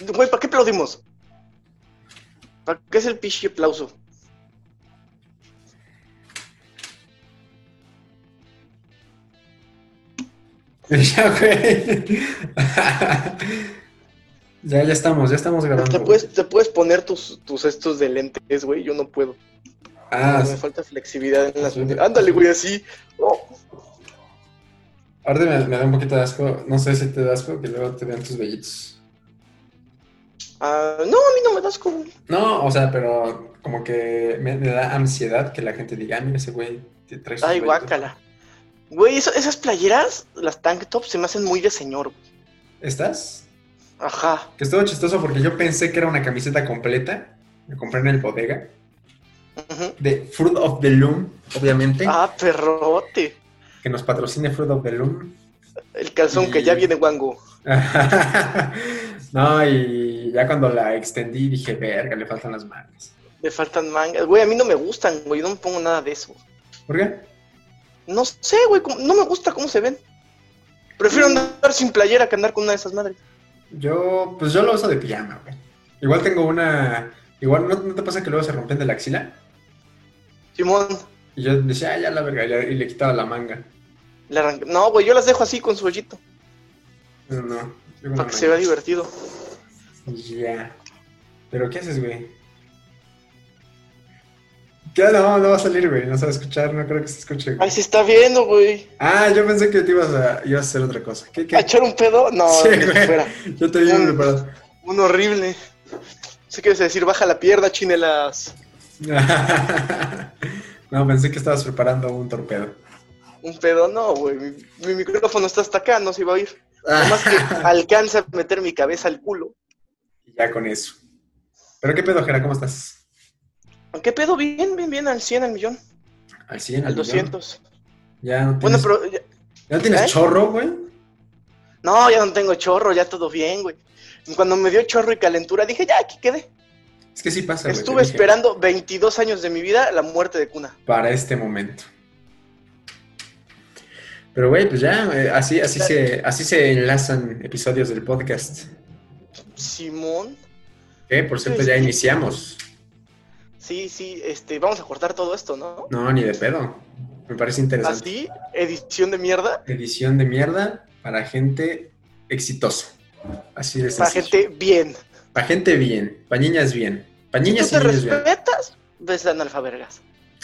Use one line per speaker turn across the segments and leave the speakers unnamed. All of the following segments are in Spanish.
Güey, ¿para qué aplaudimos? ¿Para qué es el pichi aplauso?
Ya, güey. ya, ya estamos, ya estamos grabando.
Te puedes, te puedes poner tus, tus estos de lentes, güey. Yo no puedo.
Ah,
me falta flexibilidad en las
Sí.
Ándale, güey, así. No.
ahorita me, me da un poquito de asco. No sé si te da asco que luego te vean tus vellitos.
Ah, no, a mí no me das
Pues
como.
No, o sea, pero como que me, me da ansiedad que la gente diga, ah, mira ese güey, te traes
Ay, guácala. Güey, eso- esas playeras, las tank tops, se me hacen muy de señor. güey.
¿Estás?
Ajá.
Que estuvo chistoso porque yo pensé que era una camiseta completa. Me compré en el bodega.
Ujú.
De Fruit of the Loom, obviamente.
Ah, perrote.
Que nos patrocine Fruit of the Loom.
El calzón
Y-
que ya viene guango.
no, y ya cuando la extendí dije, verga, le faltan las manos.
Le faltan mangas. Güey, a mí no me gustan, güey. No me pongo nada de eso.
¿Por qué?
No sé, güey. como- No me gusta cómo se ven. Prefiero andar sin playera que andar con una de esas madres.
Yo, pues yo lo uso de pijama, güey. Igual tengo una. Igual, ¿no, no te pasa que luego se rompen de la axila?
Simón,
Y yo decía, "Ah, ya la verga, y le, y le quitaba la manga.
le arranca- No, güey, yo las dejo así con su hoyito.
Pues No, no. yo con la
Para que se vea
manga.
divertido.
Ya. ¿Pero qué haces, güey? Ya no, no va a salir, güey. No se va a escuchar, no creo que se escuche. güey.
Ay, se está viendo, güey.
Ah, yo pensé que te ibas a, ibas a hacer otra cosa. ¿Qué, qué?
¿A echar un pedo? No,
Sí,
ni
güey.
fuera.
Yo te vi
Mm.
preparado.
Un horrible. Sé que es decir, baja la pierna, chinelas.
No, pensé que estabas preparando un torpedo.
Un pedo, no, güey. Mi, mi micrófono está hasta acá, no se iba a oír. Además que alcanza a meter mi cabeza al culo.
Y ya con eso. Pero qué pedo, Jera, ¿cómo estás?
¿Qué pedo? Bien, bien, bien, al 100, al millón,
Al 100,
al
millón?
200.
Ya no tienes,
Bueno, pero ya-
¿ya no tienes
¿eh?
chorro, güey.
no, ya no tengo chorro, ya todo bien, güey. Cuando me dio chorro y calentura, dije, ya, aquí quedé.
Es que sí pasa, güey.
Estuve
te dije,
esperando 22 años de mi vida la muerte de cuna.
Para este momento. Pero, güey, pues ya, eh, así, así, se, así se enlazan episodios del podcast.
Simón,
¿Qué? Por cierto,
Sí,
ya
sí.
iniciamos.
sí, sí, este, vamos a cortar todo esto, ¿no?
No, ni de pedo. Me parece interesante.
Así, edición de mierda.
Edición de mierda para gente exitosa. Así de
Para
sencillo.
gente bien.
Pa' gente bien, pa' niñas bien, pa'
Si
niñas
tú
y
te
niños bien.
respetas, ves a analfabergas.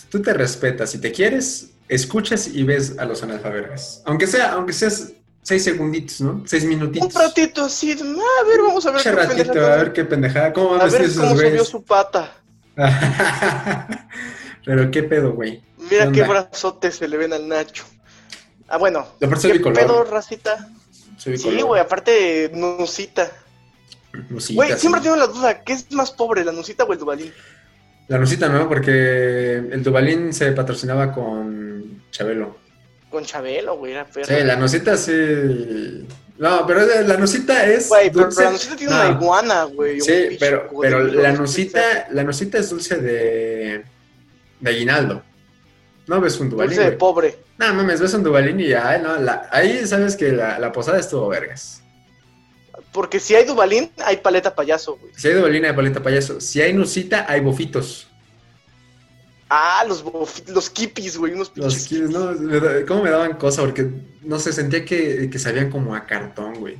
Tú te respetas, si te quieres, escuchas y ves a los analfabetas. Aunque sea, aunque seas seis segunditos, ¿no? Seis minutitos.
Un ratito así, a ver, vamos a ver
Pinche
qué
ratito,
pendejadas.
a ver qué pendejada. ¿Cómo van
A ver
vestidos
cómo
esos
subió
güeyes?
su pata.
Pero qué pedo, güey.
Mira
¿Qué
qué
onda?
brazote se le ven al Nacho. Ah, bueno.
Y aparte soy
¿Qué
bicolor.
pedo, racita?
Soy
Sí,
bicolor.
güey, aparte, Nusita.
Nucita,
Güey,
sí.
siempre tengo la duda, ¿qué es más pobre, la Nusita o el Dubalín?
La Nusita, ¿no? Porque el Dubalín se patrocinaba con Chabelo.
Con Chabelo, güey, era perro.
Sí, la Nusita sí. No, pero la Nusita es.
Güey, pero
dulce.
la Nusita tiene
No.
una iguana, güey. un
Sí,
bicho
pero, pero
cocodrilo,
la
no sé qué sea.
nocita, la nocita es dulce de, de aguinaldo. No ves un dubalín.
Dulce de
güey.
pobre.
No mames, ves un dubalín y ya, ay, no, la- ahí sabes que la, la posada estuvo vergas.
Porque si hay Dubalín, hay paleta payaso, güey.
Si hay dubalín, hay paleta payaso. Si hay nusita, hay bofitos.
Ah, los, bof- los kipis, güey, unos
Los
pinches.
kids, ¿no? Me da- ¿Cómo me daban cosa? Porque no sé, sentía que, que sabían como a cartón, güey.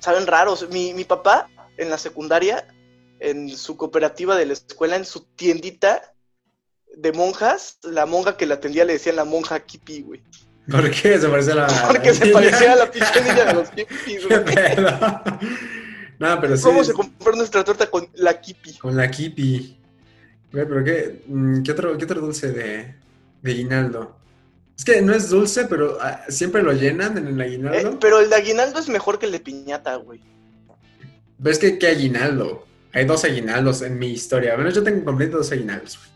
Saben raros. Mi, mi papá, en la secundaria, en su cooperativa de la escuela, en su tiendita de monjas, la monja que la atendía le decían la monja kipi, güey.
¿Por qué? Se parecía a la.
Porque se parecía a la pinche niña de los kipis,
¿Qué
güey.
pedo? No, pero sí.
¿Cómo se compró nuestra torta con la kipi?
Con la kipi. Güey, pero qué, mm, ¿qué, otro, qué otro dulce de, de guinaldo? Es que no es dulce, pero ah, siempre lo llenan en el
Eh,
aguinaldo.
pero el de aguinaldo es mejor que el de piñata, güey.
¿Ves que qué aguinaldo? Hay dos aguinaldos en mi historia. Bueno, yo tengo completo dos aguinaldos. güey.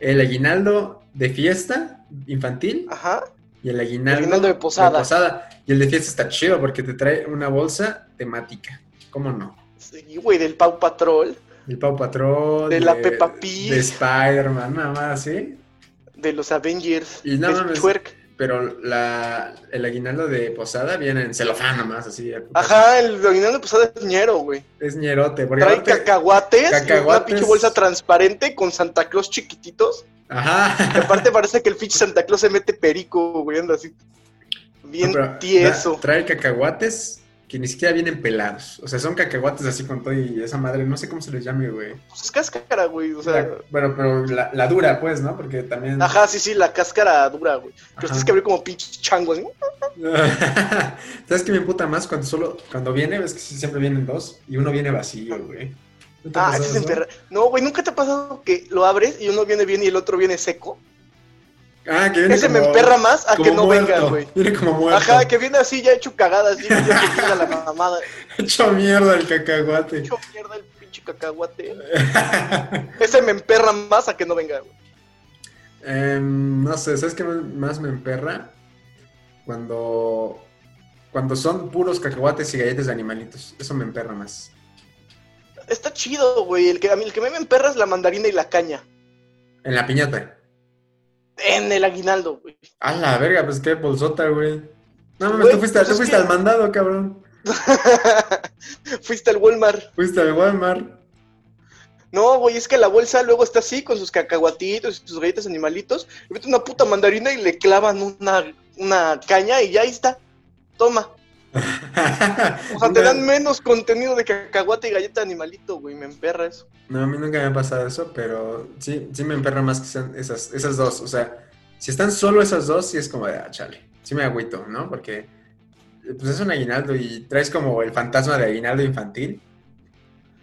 El aguinaldo de fiesta infantil
Ajá.
y el aguinaldo,
Ah, aguinaldo de posada.
Y el de fiesta está chido porque te trae una bolsa temática. ¿Cómo no?
Sí, güey, del Pau Patrol,
El Pau Patrón.
De la Peppa Pig.
De Spider-Man, nada más, ¿sí?
de los Avengers,
Y nada
de
más-
Twerk.
pero la, el aguinaldo de posada viene en celofán nomás, así. de puta-
Ajá, el aguinaldo pues es ñero, güey.
Es ñerote. Porque
Trae
aparte-
cacahuates,
cacahuates.
una pinche bolsa transparente con Santa Claus chiquititos. Que
Ajá.
aparte parece que el pinche Santa Claus se mete perico, güey, anda así. Bien
Pero
tieso.
tra- Trae cacahuates que ni siquiera vienen pelados. O sea, son cacahuates así con todo y esa madre, no sé cómo se les llame, güey.
Pues es cáscara, güey, o sea.
La- bueno, pero la, la dura, pues, ¿no? Porque también.
Ajá, sí, sí, la cáscara dura, güey. Pero
Ajá.
tienes que abrir como pinche chango, así.
¿Sabes qué me emputa más cuando solo cuando viene? Ves que sí, siempre vienen dos y uno viene vacío, güey. ¿No te ha
Ah,
pasado
ese es
eso?
emperra- No, güey, ¿nunca te ha pasado que lo abres y uno viene bien y el otro viene seco?
Ah, que viene
Ese me
como-
emperra más a
como
que no
muerto.
vengan, güey.
Viene como muerto.
Ajá, que viene así ya hecho cagadas, así ya se quita la mamada.
Hecho mierda el cacahuate.
Hecho mierda el pinche cacahuate. Ese me emperra más a que no venga, güey.
Em, no sé, ¿sabes qué más me emperra? Cuando, cuando son puros cacahuates y galletas de animalitos. Eso me emperra más.
Está chido, güey. El que, a mí el que a mí me emperra es la mandarina y la caña.
En la piñata.
En el aguinaldo, güey.
A la verga, pues qué bolsota, güey. No mames,
Güey,
tú fuiste,
pues
tú
es
fuiste
que-
al mandado, cabrón.
Fuiste al Walmart.
Fuiste al Walmart.
No, güey, es que la bolsa luego está así con sus cacahuatitos y sus galletas animalitos. Le meten una puta mandarina y le clavan una, una caña y ya ahí está. Toma. O sea, te
Nunca-
dan menos contenido de cacahuate y galleta de animalito, güey. Me emperra eso.
No, a mí nunca me ha pasado eso, pero sí, sí me emperra más que sean esas, esas dos. O sea, si están solo esas dos, sí es como de, ah, chale, sí me agüito, ¿no? Porque eh, pues es un aguinaldo y traes como el fantasma de aguinaldo infantil.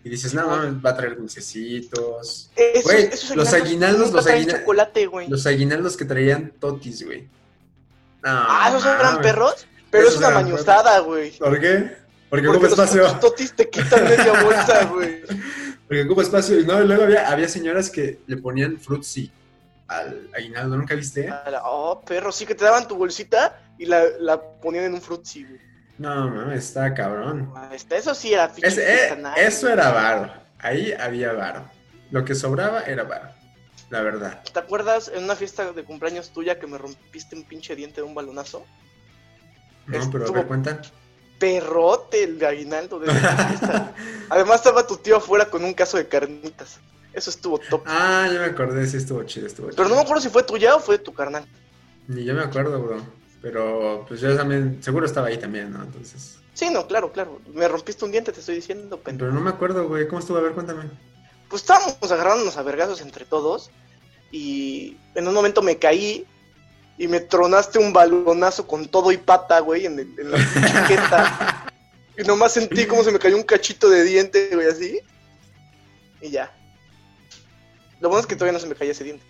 Y dices, no, mames, va a traer dulcecitos.
Esos-
Güey,
esos
los aguinaldos,
nunca
los
traen
aguina-
chocolate, güey.
Los aguinaldos que traían totis, güey. No,
Ah, esos eran
mames.
perros. Pero
Esos
es una
eran
mañosada, güey.
¿Por qué?
Porque
Porque, ocupa
los putos
espacio.
totis te quitan media bolsa, güey.
Porque ocupa espacio. Y no, y luego había, había señoras que le ponían frutzi al aguinaldo. ¿Nunca viste?
A la- Oh, perro, sí que te daban tu bolsita y la, la ponían en un frutzi, güey.
No, mames, está cabrón.
Hasta Eso sí era
Es-
ficha
eh,
artesanal,
eso
güey.
era varo. Ahí había varo. Lo que sobraba era varo. La verdad.
¿Te acuerdas en una fiesta de cumpleaños tuya que me rompiste un pinche diente de un balonazo?
No, pero a
Estuvo-
ver, cuenta.
Perrote el de aguinaldo de esa fiesta. Además estaba tu tío afuera con un caso de carnitas. Eso estuvo top.
ah, yo me acordé, sí, estuvo chido, estuvo chido.
Pero no me acuerdo si fue tuya o fue de tu carnal.
Ni yo me acuerdo, bro. Pero pues yo también, seguro estaba ahí también, ¿no? Entonces.
Sí, no, claro, claro. Me rompiste un diente, te estoy diciendo, pendejo.
Pero no me acuerdo, güey. ¿Cómo estuvo? A ver, cuéntame.
pues estábamos agarrándonos a vergazos entre todos y en un momento me caí y me tronaste un balonazo con todo y pata, güey, en, el- en la chaqueta. y nomás sentí como se me cayó un cachito de diente, güey, así. Y ya. Lo bueno es que todavía no se me cayó ese diente.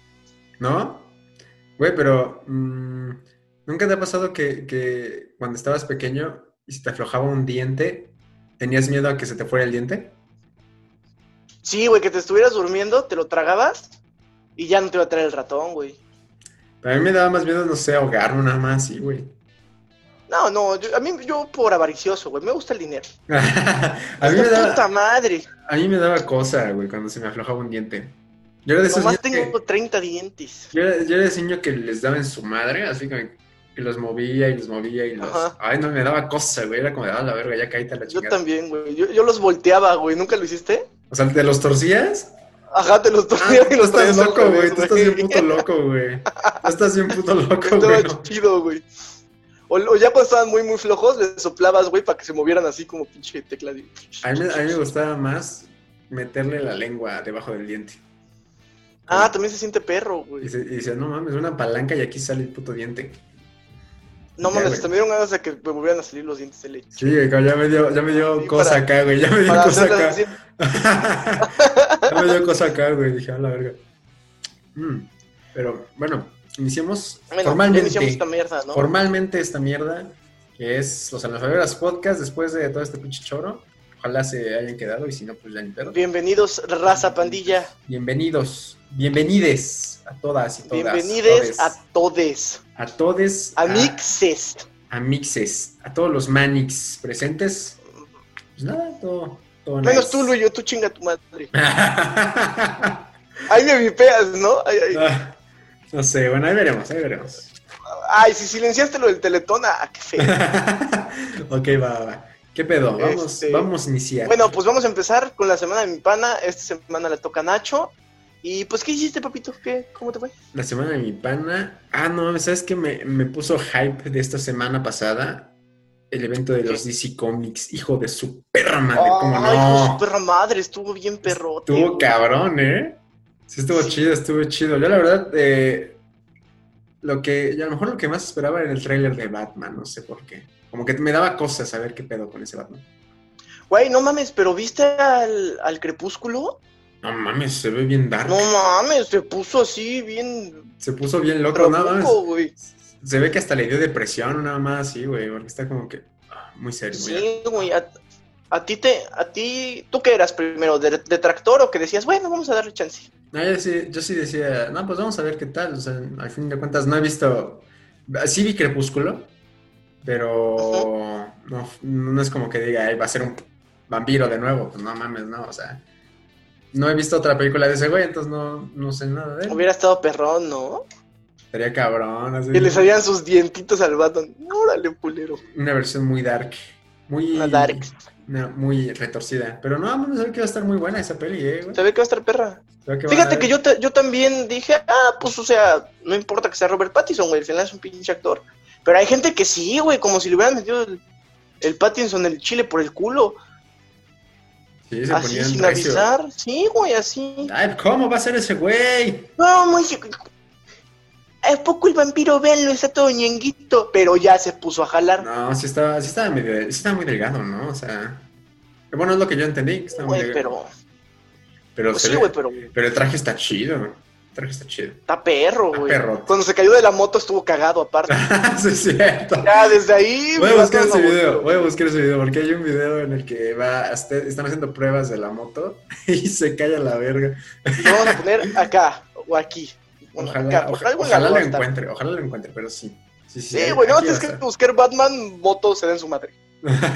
¿No? Güey, pero mm, ¿nunca te ha pasado que, que cuando estabas pequeño y se te aflojaba un diente, tenías miedo a que se te fuera el diente?
Sí, güey, que te estuvieras durmiendo, te lo tragabas y ya no te iba a traer el ratón, güey.
Pero a mí me daba más miedo, no sé, ahogarme nada más, sí, güey.
No, no, yo- a mí yo por avaricioso, güey, me gusta el dinero.
a, mí
Esta
me
puta
daba,
madre.
a mí me daba cosa, güey, cuando se me aflojaba un diente. Yo era de esos
Nomás
niños
tengo
que,
30 dientes.
yo era, yo era de ese niño que les daba en su madre, así como que los movía y los movía y los...
Ajá.
Ay, no, me daba cosa, güey, era como de, ah, la verga, ya caíte a la
Yo
chingada.
también, güey. Yo, yo los volteaba, güey. ¿Nunca lo hiciste?
O sea, ¿te los torcías?
Ajá, te los
Ah,
torneaba y
tú
los
estás
traías al
loco, güey.
revés,
Tú estás bien puto loco, güey. Tú estás bien puto loco,
Estaba
güey. no.
chido, güey. O, o ya cuando estaban muy, muy flojos, les soplabas, güey, para que se movieran así como pinche tecla. de-
A mí, a mí me gustaba más meterle la lengua debajo del diente.
Ah, también se siente perro,
Y
güey.
se- y decía, no mames, una palanca y aquí sale el puto diente.
No
Ya,
mames,
güey.
también dieron ganas de que me volvieran a salir los dientes de leche.
Sí, güey, ya me dio, ya me dio
Sí,
cosa
para-
acá, güey. Ya me dio
Para
cosa
hacerlas
acá.
así.
ya me dio cosa acá, güey. Dije, a la verga. Mm, Pero bueno, iniciamos
Bueno, ya
formalmente.
iniciamos esta mierda, ¿no?
formalmente esta mierda, que es los analfabetas podcast, después de todo este pinche choro. Ojalá se hayan quedado y si no, pues ya ni pedo.
Bienvenidos, raza pandilla.
Bienvenidos, bienvenides a todas y todas.
Bienvenides
todes, Ah.
a todes.
a todes,
A mixes.
a mixes, a todos los manix presentes. Pues nada, todo, todo
Menos
nice.
tú, Luyo, tú chinga tu madre.
Ah,
Ahí me vipeas, ¿no? Ahí, ahí.
no sé, bueno, ahí veremos, ahí veremos.
Ay, si silenciaste lo del teletón, ah, qué feo.
ok, va, va. ¿Qué pedo? Vamos,
Este,
vamos a iniciar.
Bueno, pues vamos a empezar con la semana de mi pana. Esta semana le toca a Nacho. Y pues, ¿qué hiciste, papito? ¿Qué? ¿Cómo te fue?
La semana de mi pana. Ah, no, ¿sabes qué? Me, me puso hype de esta semana pasada. El evento de los DC Comics, hijo Ah, de su perra madre, ¿cómo
Ay,
no?
pues, perra madre, estuvo bien perrote.
Estuvo
güey.
cabrón, ¿eh? Sí, estuvo
Sí.
chido, estuvo chido. Yo, la verdad, eh, lo que, y a lo mejor lo que más esperaba era el tráiler de Batman, no sé por qué. Como que me daba cosas saber qué pedo con ese Batman.
Güey, no mames, pero ¿viste al, al crepúsculo?
No mames, se ve bien dark.
No mames, se puso así bien
Se puso bien loco, nada más.
trabuco, güey.
Se ve que hasta le dio depresión, nada más, sí, güey, porque está como que ah, muy serio. muy
Sí, güey. A, a ti te, a ti, ¿tú qué eras primero? ¿De- ¿Detractor o que decías, bueno, vamos a darle chance?
No, yo sí, yo sí decía, no, pues vamos a ver qué tal. O sea, al fin de cuentas no he visto. Sí vi Crepúsculo, pero no, no es como que diga, "Ay, va a ser un vampiro de nuevo. Pues no mames, no. O sea, no he visto otra película de ese güey, entonces no, no sé nada de él.
Hubiera estado perrón, ¿no?
Estaría cabrón. así.
Y le salían sus dientitos al Batman. Órale, culero.
Una versión muy dark. Muy,
Una dark.
una- muy retorcida. Pero no, vamos a ver que va a estar muy buena esa peli, eh, güey.
Se ve que va a estar perra.
Se ve que van a
Fíjate
ver-
que yo, ta- yo también dije, ah, pues, o sea, no importa que sea Robert Pattinson, güey, al final es un pinche actor. Pero hay gente que sí, güey, como si le hubieran metido el, el Pattinson el chile por el culo.
Sí, se
Así,
ponían
sin
recio.
avisar. Sí, güey, así.
Ay, ¿cómo va a ser ese güey?
No, muy... ¿A poco el vampiro, véanlo, está todo ñenguito? Pero ya se puso a jalar.
No, sí estaba, sí estaba medio, sí estaba muy delgado, ¿no? O sea, bueno, es lo que yo entendí, que estaba muy
güey,
delgado.
pero...
Pero,
pues
se
sí,
ve-
güey, pero
pero el traje está chido, el traje está chido.
está perro,
Está
güey.
perro.
Cuando se cayó de la moto estuvo cagado, aparte.
sí, es cierto.
ya, desde ahí...
Voy
me
a buscar
mandó
ese
la
video,
moto.
voy a buscar ese video, porque hay un video en el que va, a este- están haciendo pruebas de la moto y se cae a la verga.
Lo vamos a poner acá o aquí. Bueno,
Ojalá,
acá,
oja-
porque algo en la
ojalá lo
luz está.
encuentre, ojalá lo encuentre, pero sí. Sí, sí,
Sí,
ahí-
güey, no
aquí va
tienes
a
que
estar.
buscar Batman, moto se den su madre.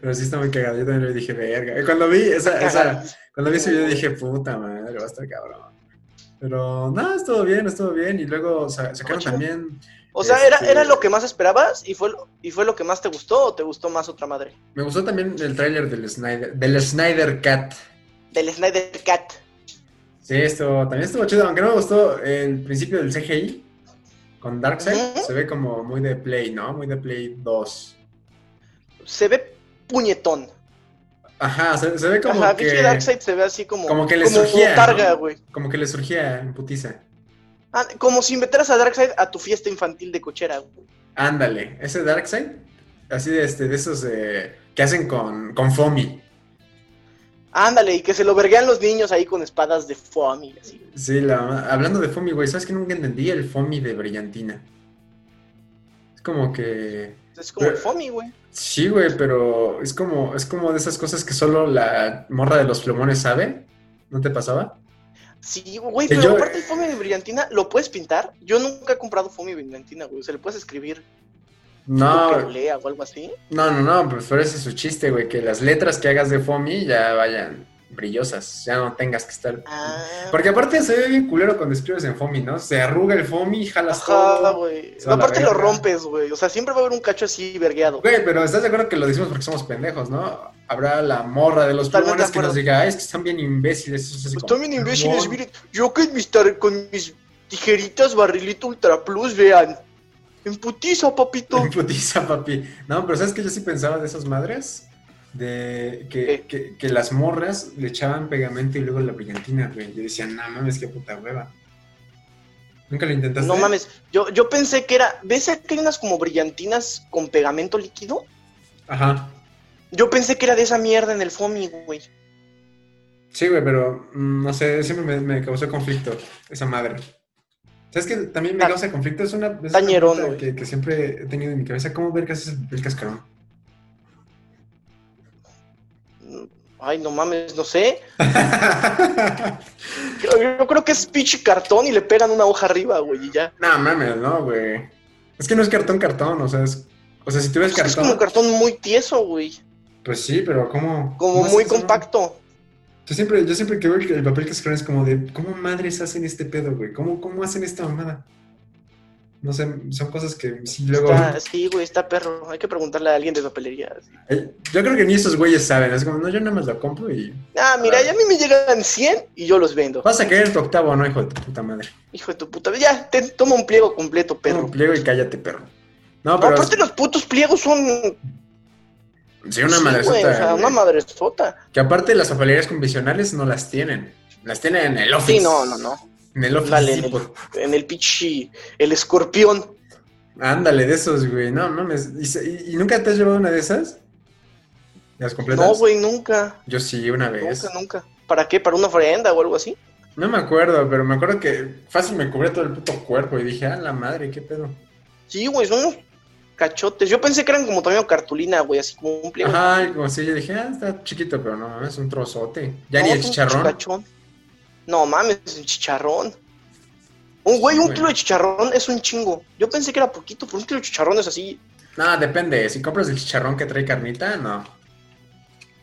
Pero sí está muy cagado, yo también le dije, verga. Y Cuando vi esa, esa, Cuando vi ese video dije, puta madre, va a estar cabrón. Pero no, estuvo bien, estuvo bien. Y luego sa- sacaron
Ocho.
también.
O sea, era,
Este-
era lo que más esperabas y fue, lo- y fue lo que más te gustó o te gustó más otra madre.
Me gustó también el tráiler del Snyder, del Snyder Cat.
Del Snyder Cat.
Sí, esto también estuvo chido, aunque no me gustó el principio del CGI con Darkseid.
Ujú.
Se ve como muy de Play, ¿no? Muy de Play 2.
Se ve puñetón.
Ajá, se, se ve como
Ajá, pinche
que.
Darkseid se ve así como.
como que le
como
surgía,
targa,
¿no?
güey.
Como que le surgía en putiza.
Ah, como si metieras a Darkseid a tu fiesta infantil de cochera, güey.
Ándale, ese Darkseid. Así de, este, de esos eh, que hacen con, con Foamy.
Ándale, y que se lo verguean los niños ahí con espadas de foamy y así.
Sí, la mamá- hablando de Fomi, güey, ¿sabes que nunca entendí el Fomi de brillantina? Es como que...
Es como el
Pero-
foamy, güey.
Sí, güey, pero es como, es como de esas cosas que solo la morra de los plumones sabe. ¿No te pasaba?
Sí, güey,
Que
pero
Eh, yo-
aparte el foamy de brillantina, ¿lo puedes pintar? Yo nunca he comprado foamy de brillantina, güey. Se le puedes escribir
No,
que lo lea o algo así.
no, no, no, pero ese es su chiste, güey, que las letras que hagas de Fomi ya vayan brillosas, ya no tengas que estar...
Ah,
Porque aparte se ve bien culero cuando escribes en Fomi, ¿no? Se arruga el Fomi, jalas
ajá,
todo.
güey.
se va a la
Aparte lo
verga.
rompes, güey. O sea, siempre va a haber un cacho así vergueado.
Güey, pero ¿estás de acuerdo que lo decimos porque somos pendejos, no? Habrá la morra de los
Totalmente
plumones
de
que nos
acuerdo.
diga, "Ay, es que están bien imbéciles. eso es así
Pues
como,
también imbéciles,
"Mamón".
miren, yo que mis tar- con mis tijeritas barrilito ultra plus, vean. En putiza, papito.
En putiza, papi. No, pero ¿sabes que Yo sí pensaba de esas madres, de que,
¿Qué?
que, que las morras le echaban pegamento y luego la brillantina, güey. Yo decía, no mames, qué puta hueva. ¿Nunca lo intentaste?
No mames, yo, yo pensé que era. ¿Ves que hay unas como brillantinas con pegamento líquido?
Ajá.
Yo pensé que era de esa mierda en el foamy, güey.
Sí, güey, pero mm, no sé, siempre me, me causó conflicto esa madre. ¿Sabes que también me
Ta-
causa conflicto? Es una, es una
Tañerón,
pregunta
Ah, güey.
que, que siempre he tenido en mi cabeza. ¿Cómo ver qué haces el cascarón?
Ay, no mames, no sé. Yo, yo creo que es pinche cartón y le pegan una hoja arriba, güey, y ya.
no, mames, no, güey. Es que no es cartón, cartón, o sea, es, o sea si tú ves
Es que
cartón,
Pues es como cartón muy tieso, güey.
pues sí, pero ¿cómo?
Como
no
muy
sé, no-
compacto.
Yo siempre, yo siempre que veo el, el papel cascarón es como de, ¿cómo madres hacen este pedo, güey? ¿Cómo, cómo hacen esta mamada? No sé, son cosas que sí luego...
Está, Ah, sí, güey, está perro. Hay que preguntarle a alguien de papelería. sí.
Ay, Eh, Yo creo que ni esos güeyes saben. Es como, no, yo nada más lo compro y...
Ah, mira, ya a mí me llegan 100 y yo los vendo.
Vas a querer tu octavo, ¿no, hijo de tu puta madre?
Hijo de tu puta. Ya, te toma un pliego completo,
Toma
perro.
Un pliego y cállate, perro. No,
No,
pero...
aparte los putos pliegos son...
Sí, una
sí,
madresota.
güey, o sea, una
güey.
madresota.
Que aparte las papelerías convencionales no las tienen. Las tienen en el office.
Sí, no, no, no.
En el office.
Dale,
sí,
en el-
por-
En el pichi, el escorpión.
Ándale, de esos, güey. No mames. ¿Y, se- y- y nunca te has llevado una de esas? ¿Las completas?
No, güey, nunca.
Yo sí, una vez.
Nunca, nunca. ¿Para qué? ¿Para una ofrenda o algo así?
No me acuerdo, pero me acuerdo que fácil me cubría todo el puto cuerpo y dije, ah, la madre, qué pedo.
Sí, güey, son unos cachotes. Yo pensé que eran como tamaño cartulina, güey, así como un pliego.
Ajá, y como si yo dije, ah, está chiquito, pero no mames, un trozote. Ya ni
No,
el
es un
chicharrón.
chicachón. No mames, es un chicharrón. Un güey, un
Bueno.
kilo de chicharrón es un chingo. Yo pensé que era poquito, pero un kilo de chicharrón es así.
No, depende. Si compras el chicharrón que trae carnita, no.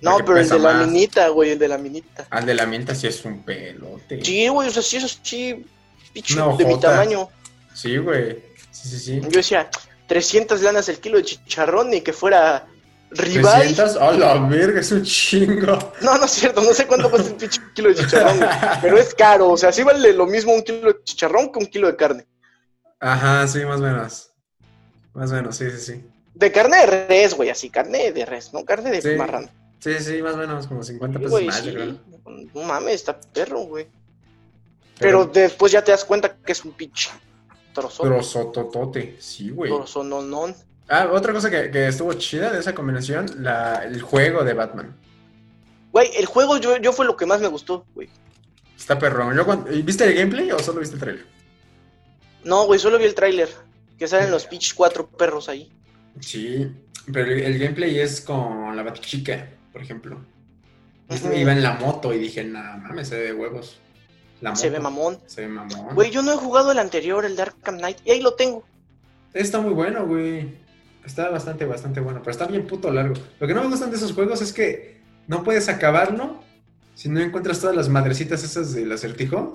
No,
que
pero el
pesa
de la
más.
minita, güey, el de la minita.
Al de la mienta sí es un pelote.
Sí, güey, o sea, sí, eso sí, pinche
Una
de mi
hojota.
tamaño.
Sí, güey. Sí, sí, sí.
Yo decía, 300 lanas el kilo de chicharrón, ni que fuera rival.
300, a la verga, es un chingo.
No, no es cierto, no sé cuánto cuesta un pinche kilo de chicharrón, güey, pero es caro, o sea, sí vale lo mismo un kilo de chicharrón que un kilo de carne.
Ajá, sí, más o menos. Más o menos, sí, sí, sí.
De carne de res, güey, así, carne de res, no carne de
Sí,
marrano.
Sí, sí, más o menos, como 50
Sí,
pesos
güey,
más,
sí.
yo creo.
No mames, está perro, güey. Pero después ya te das cuenta que es un pinche trozo.
Trozototote, sí, güey.
Trozo, no, no.
Ah, otra cosa que, que estuvo chida de esa combinación, la, el juego de Batman.
Güey, el juego yo, yo fue lo que más me gustó, güey.
Está perrón. Yo cuando- ¿y ¿Viste el gameplay o solo viste el trailer?
No, güey, solo vi el tráiler. Que salen los pinches cuatro perros ahí.
Sí, pero el, el gameplay es con la Batchica, por ejemplo. Este
Ujú.
Iba en la moto y dije, nah, mames, se ve de huevos. La
Se ve
moto,
mamón.
Se ve mamón.
Güey, yo no he jugado el anterior, el Dark Knight, y ahí lo tengo.
Está muy bueno, güey. Está bastante, bastante bueno, pero está bien puto largo. Lo que no me gustan de esos juegos es que no puedes acabarlo si no encuentras todas las madrecitas esas del acertijo.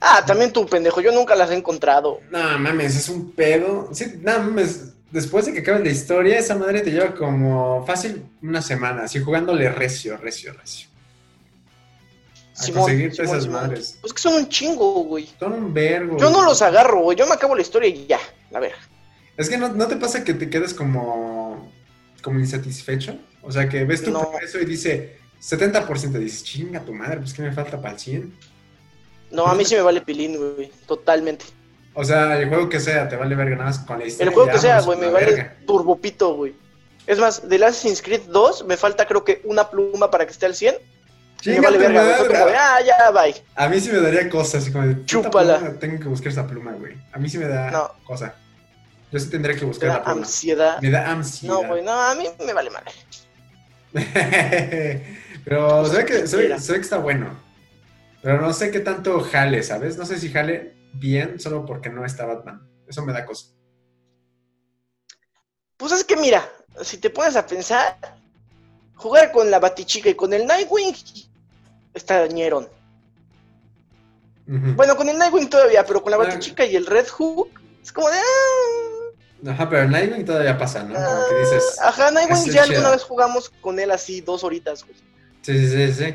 Ah, también tú, pendejo, yo nunca las he encontrado.
No mames, es un pedo. Sí, no mames. Después de que acabe la historia, esa madre te lleva como fácil una semana, así jugándole recio, recio, recio. A
Simón,
conseguirte
Simón,
esas
Simón.
madres.
Pues que son un chingo, güey.
Son un vergo.
Yo no
güey.
los agarro, güey. Yo me acabo la historia y ya, la verga.
Es que no, no te pasa que te quedes como, como insatisfecho. O sea, que ves tu
No.
progreso y dice 70%, dices, chinga tu madre, pues que me falta para el 100.
No, a mí sí me vale pilín, güey. Totalmente.
O sea, el juego que sea, te vale verga nada más con la historia.
El juego
ya,
que sea,
vamos,
güey, me
la
vale
verga.
turbopito, güey. Es más, del Assassin's Creed 2 me falta creo que una pluma para que esté al 100. Y me
Chinga
vale
tu
verga, güey. Fue
madre.
como de, ah, ya, bye.
A mí sí me daría cosas, así como de, puta
Chúpala.
pluma, tengo que buscar esa pluma, güey. A mí sí me da
No.
cosa. Yo sí tendría que
Te
buscar
da
la pluma.
ansiedad.
Me da ansiedad.
No, güey, no, a mí me vale madre.
Pero se ve, que, se, ve,
Pues Mira.
se ve que está bueno. Pero no sé qué tanto jale, ¿sabes? No sé si jale bien solo porque no está Batman. Eso me da cosa.
Pues es que mira, si te pones a pensar, jugar con la Batichica y con el Nightwing está ñerón.
Ujú.
Bueno, con el Nightwing todavía, pero con la
Ah.
Batichica y el Red Hook es como de. ah,
Ajá, pero el Nightwing todavía pasa, ¿no? Como que dices.
Ajá,
Ese
Nightwing ya
chido.
alguna vez jugamos con él así dos horitas, güey.
Sí, sí, sí, sí.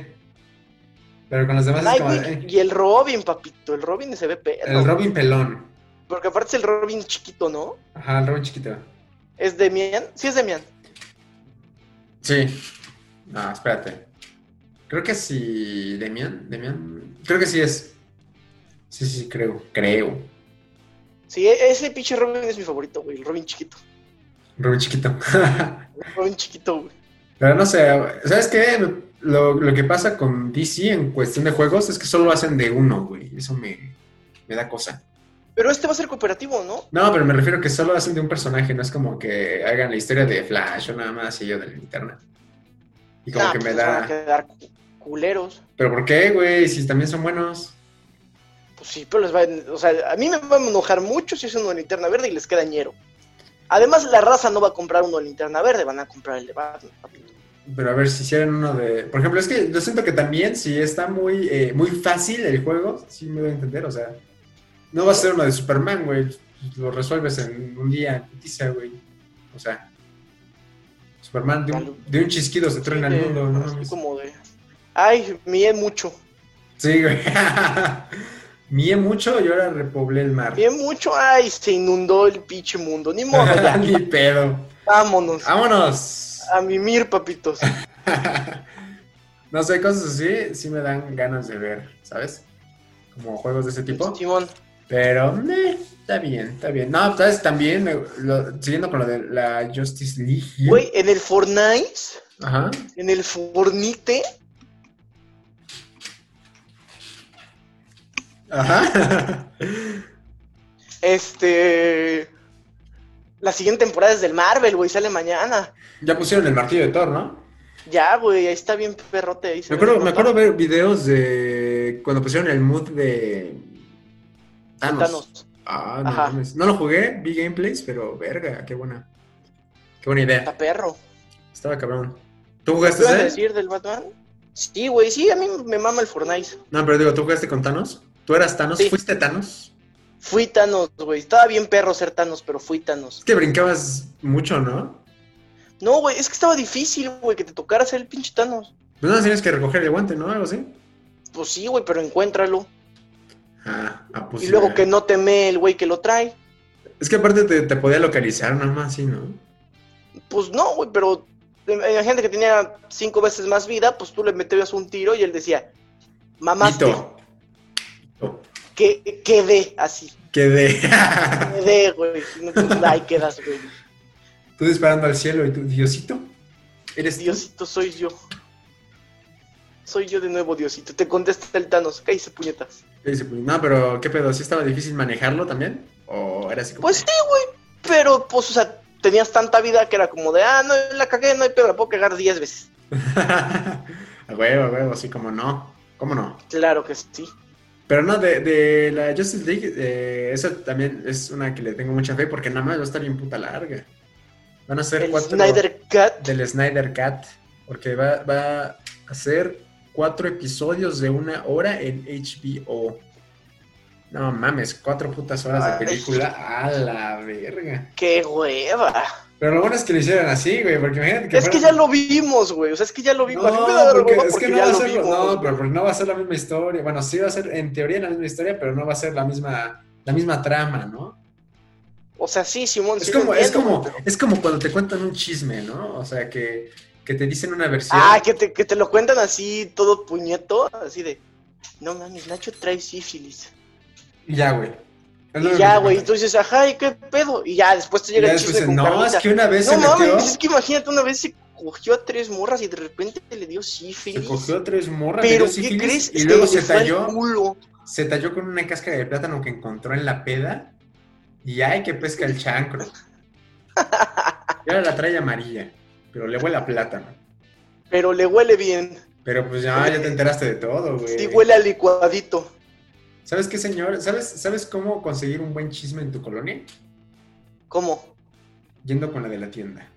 Pero con los demás es como. de,
Nightwing
eh,
y el Robin, papito. El Robin se ve perro.
el Robin pelón.
Porque aparte es el Robin chiquito, ¿no?
Ajá, el Robin chiquito.
¿Es Demian? Sí, es Demian.
Sí. No, espérate. Creo que sí. Demian, Demian. Creo que sí es. Sí, sí, creo. Creo.
Sí, e- ese pinche Robin es mi favorito, güey. El Robin chiquito.
Robin chiquito.
El Robin chiquito, güey.
Pero no sé, ¿sabes qué? Lo, lo que pasa con DC en cuestión de juegos es que solo hacen de uno, güey. Eso me, me da cosa.
Pero este va a ser cooperativo, ¿no?
No, pero me refiero que solo hacen de un personaje, no es como que hagan la historia de Flash o nada más y yo de la linterna. Y Ah, como
Nah,
que
pues
me
nos Van a
da.
quedar cu- culeros.
¿Pero por qué, güey? Si también son buenos.
Pues sí, pero les va a... O sea, a mí me va a enojar mucho si es uno de linterna verde y les queda ñero. Además, la raza no va a comprar uno de linterna verde, van a comprar el de Batman, papito.
Pero a ver si hicieran uno de. Por ejemplo, es que yo siento que también si está muy, eh, muy fácil el juego, sí me voy a entender, o sea. No va a ser uno de Superman, güey. lo resuelves en un día, putiza, güey. O sea, Superman de un, de un chisquido se truena
Sí,
el mundo, ¿no?
así como de. Ay, mié mucho.
Sí, güey. Mié mucho y ahora repoblé el mar.
Mié mucho. Ay, se inundó el pinche mundo. Ni modo, ya.
Ni pedo.
Vámonos.
Vámonos.
A mimir, papitos.
no sé, cosas así sí me dan ganas de ver, ¿sabes? Como juegos de ese tipo.
Simón.
Pero, eh, está bien, está bien. No, ¿sabes? También, eh, lo- siguiendo con lo de la Justice League.
Güey, en el Fortnite,
Ajá.
en el Fornite,
Ajá.
este. La siguiente temporada es del Marvel, güey, sale mañana.
ya pusieron el martillo de Thor, ¿no?
Ya, güey, ahí está bien perrote. Ahí se ve
Me acuerdo,
el
me
papá.
acuerdo ver videos de cuando pusieron el mood de Thanos.
Thanos.
Ah, no
Ajá.
mames. No lo jugué, vi gameplays, pero verga, qué buena. Qué buena idea.
Está perro.
Estaba cabrón. ¿Tú
¿Qué ibas a
jugaste ese?
decir del Batman? Sí, güey, sí, a mí me mama el Fortnite.
No, pero digo, ¿tú jugaste con Thanos? ¿Tú eras Thanos?
Sí.
¿Fuiste Thanos?
Fui Thanos, güey. Estaba bien perro ser Thanos, pero fui Thanos.
Es que brincabas mucho, ¿no?
No, güey, es que estaba difícil, güey, que te tocara ser el pinche Thanos.
Pues no tienes que recoger el guante, ¿no? Algo así.
Pues sí, güey, pero encuéntralo.
Ah, ah, pues
y
sí,
luego
eh.
que no teme el güey que lo trae.
Es que aparte te, te podía localizar nada más, sí, ¿no?
Pues no, güey, pero eh, hay gente que tenía cinco veces más vida, pues tú le metías un tiro y él decía, mamaste,
Hito. Hito.
que quedé así.
Oh, Quedé.
Quedé, güey. Y no, pues, Ahí quedas, güey.
tú disparando al cielo y tú, Diosito. Eres tú?
Diosito, soy yo. Soy yo de nuevo, Diosito. Te contesta el Thanos. Cállese, puñetas.
Y dice, pues, no, pero ¿qué pedo? ¿Sí estaba difícil manejarlo también? ¿O era así como.?
Pues sí, güey. Pero, pues, o sea, tenías tanta vida que era como de, ah, no, la cagué, no hay pedo, la puedo cagar 10 veces.
a huevo, a huevo, así como no. ¿Cómo no?
Claro que sí.
Pero no, de, de la Justice League, eh, esa también es una que le tengo mucha fe porque nada más va a estar bien puta larga. Van a ser
El
cuatro.
Snyder Cut.
Del Snyder Cat. Porque va, va a ser cuatro episodios de una hora en HBO. No mames, cuatro putas horas de
Ay.
película. A la verga.
¡Qué hueva!
Pero lo bueno es que lo hicieron así, güey, porque imagínate que.
Es que
fuera-
ya lo vimos, güey. O sea, es que ya lo vimos. A mí me da
No, porque,
hueva
es que
porque
no
ya
va a
lo
ser,
vimos.
no, pero porque no va a ser la misma historia. Bueno, sí va a ser en teoría la misma historia, pero no va a ser la misma, la misma trama, ¿no?
O sea, sí, Simón.
Es
sí lo
como, es
entiendo,
como,
güey, pero-
es como cuando te cuentan un chisme, ¿no? O sea que, que te dicen una versión.
Ah, que te, que te lo cuentan así, todo puñeto, así de. No mames, Nacho trae sífilis.
Y ya, güey. Es lo
Y
único
ya,
que
güey, y
cuentan.
tú dices, ajá, ¿y qué pedo? Y ya, después te
Y ya
llega el
después
chiste
dicen,
con
no,
carnita.
es que una vez
No
se metió,
mames, es que imagínate, una vez se cogió a tres morras y de repente le dio sífilis.
se cogió tres morras, le
Pero,
dio
¿qué
sífilis,
crees?
y luego
Este,
se
le fue al
talló,
culo.
se talló con una cáscara de plátano que encontró en la peda. Y ay, que pesca el chancro. Y ahora la trae amarilla, pero le huele a plátano.
Pero le huele bien.
Pero pues ya, ya te enteraste de todo, güey.
Sí, huele a licuadito.
¿Sabes qué, señor? ¿Sabes, ¿Sabes cómo conseguir un buen chisme en tu colonia?
¿Cómo?
Yendo con la de la tienda.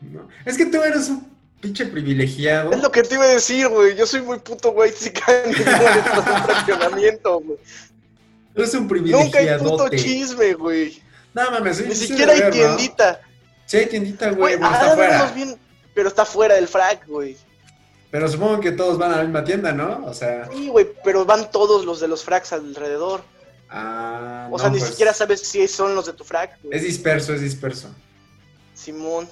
No. Es que tú eres un pinche privilegiado.
Es lo que te iba a decir, güey. Yo soy muy puto güey, chican. fraccionamiento, güey.
Tú eres un
Nunca hay
privilegiado.
puto chisme, güey.
No mames,
Ni siquiera hay
tiendita.
tiendita.
Sí, hay tiendita, güey,
Güey,
pero
ah,
está
vemos
afuera.
bien. Pero está fuera del frac, güey.
Pero supongo que todos van a la misma tienda, ¿no? O sea.
Sí, güey, pero van todos los de los fracs alrededor.
Ah,
O
no,
sea, ni
pues,
siquiera sabes si son los de tu frac, güey.
Es disperso, es disperso.
Simón.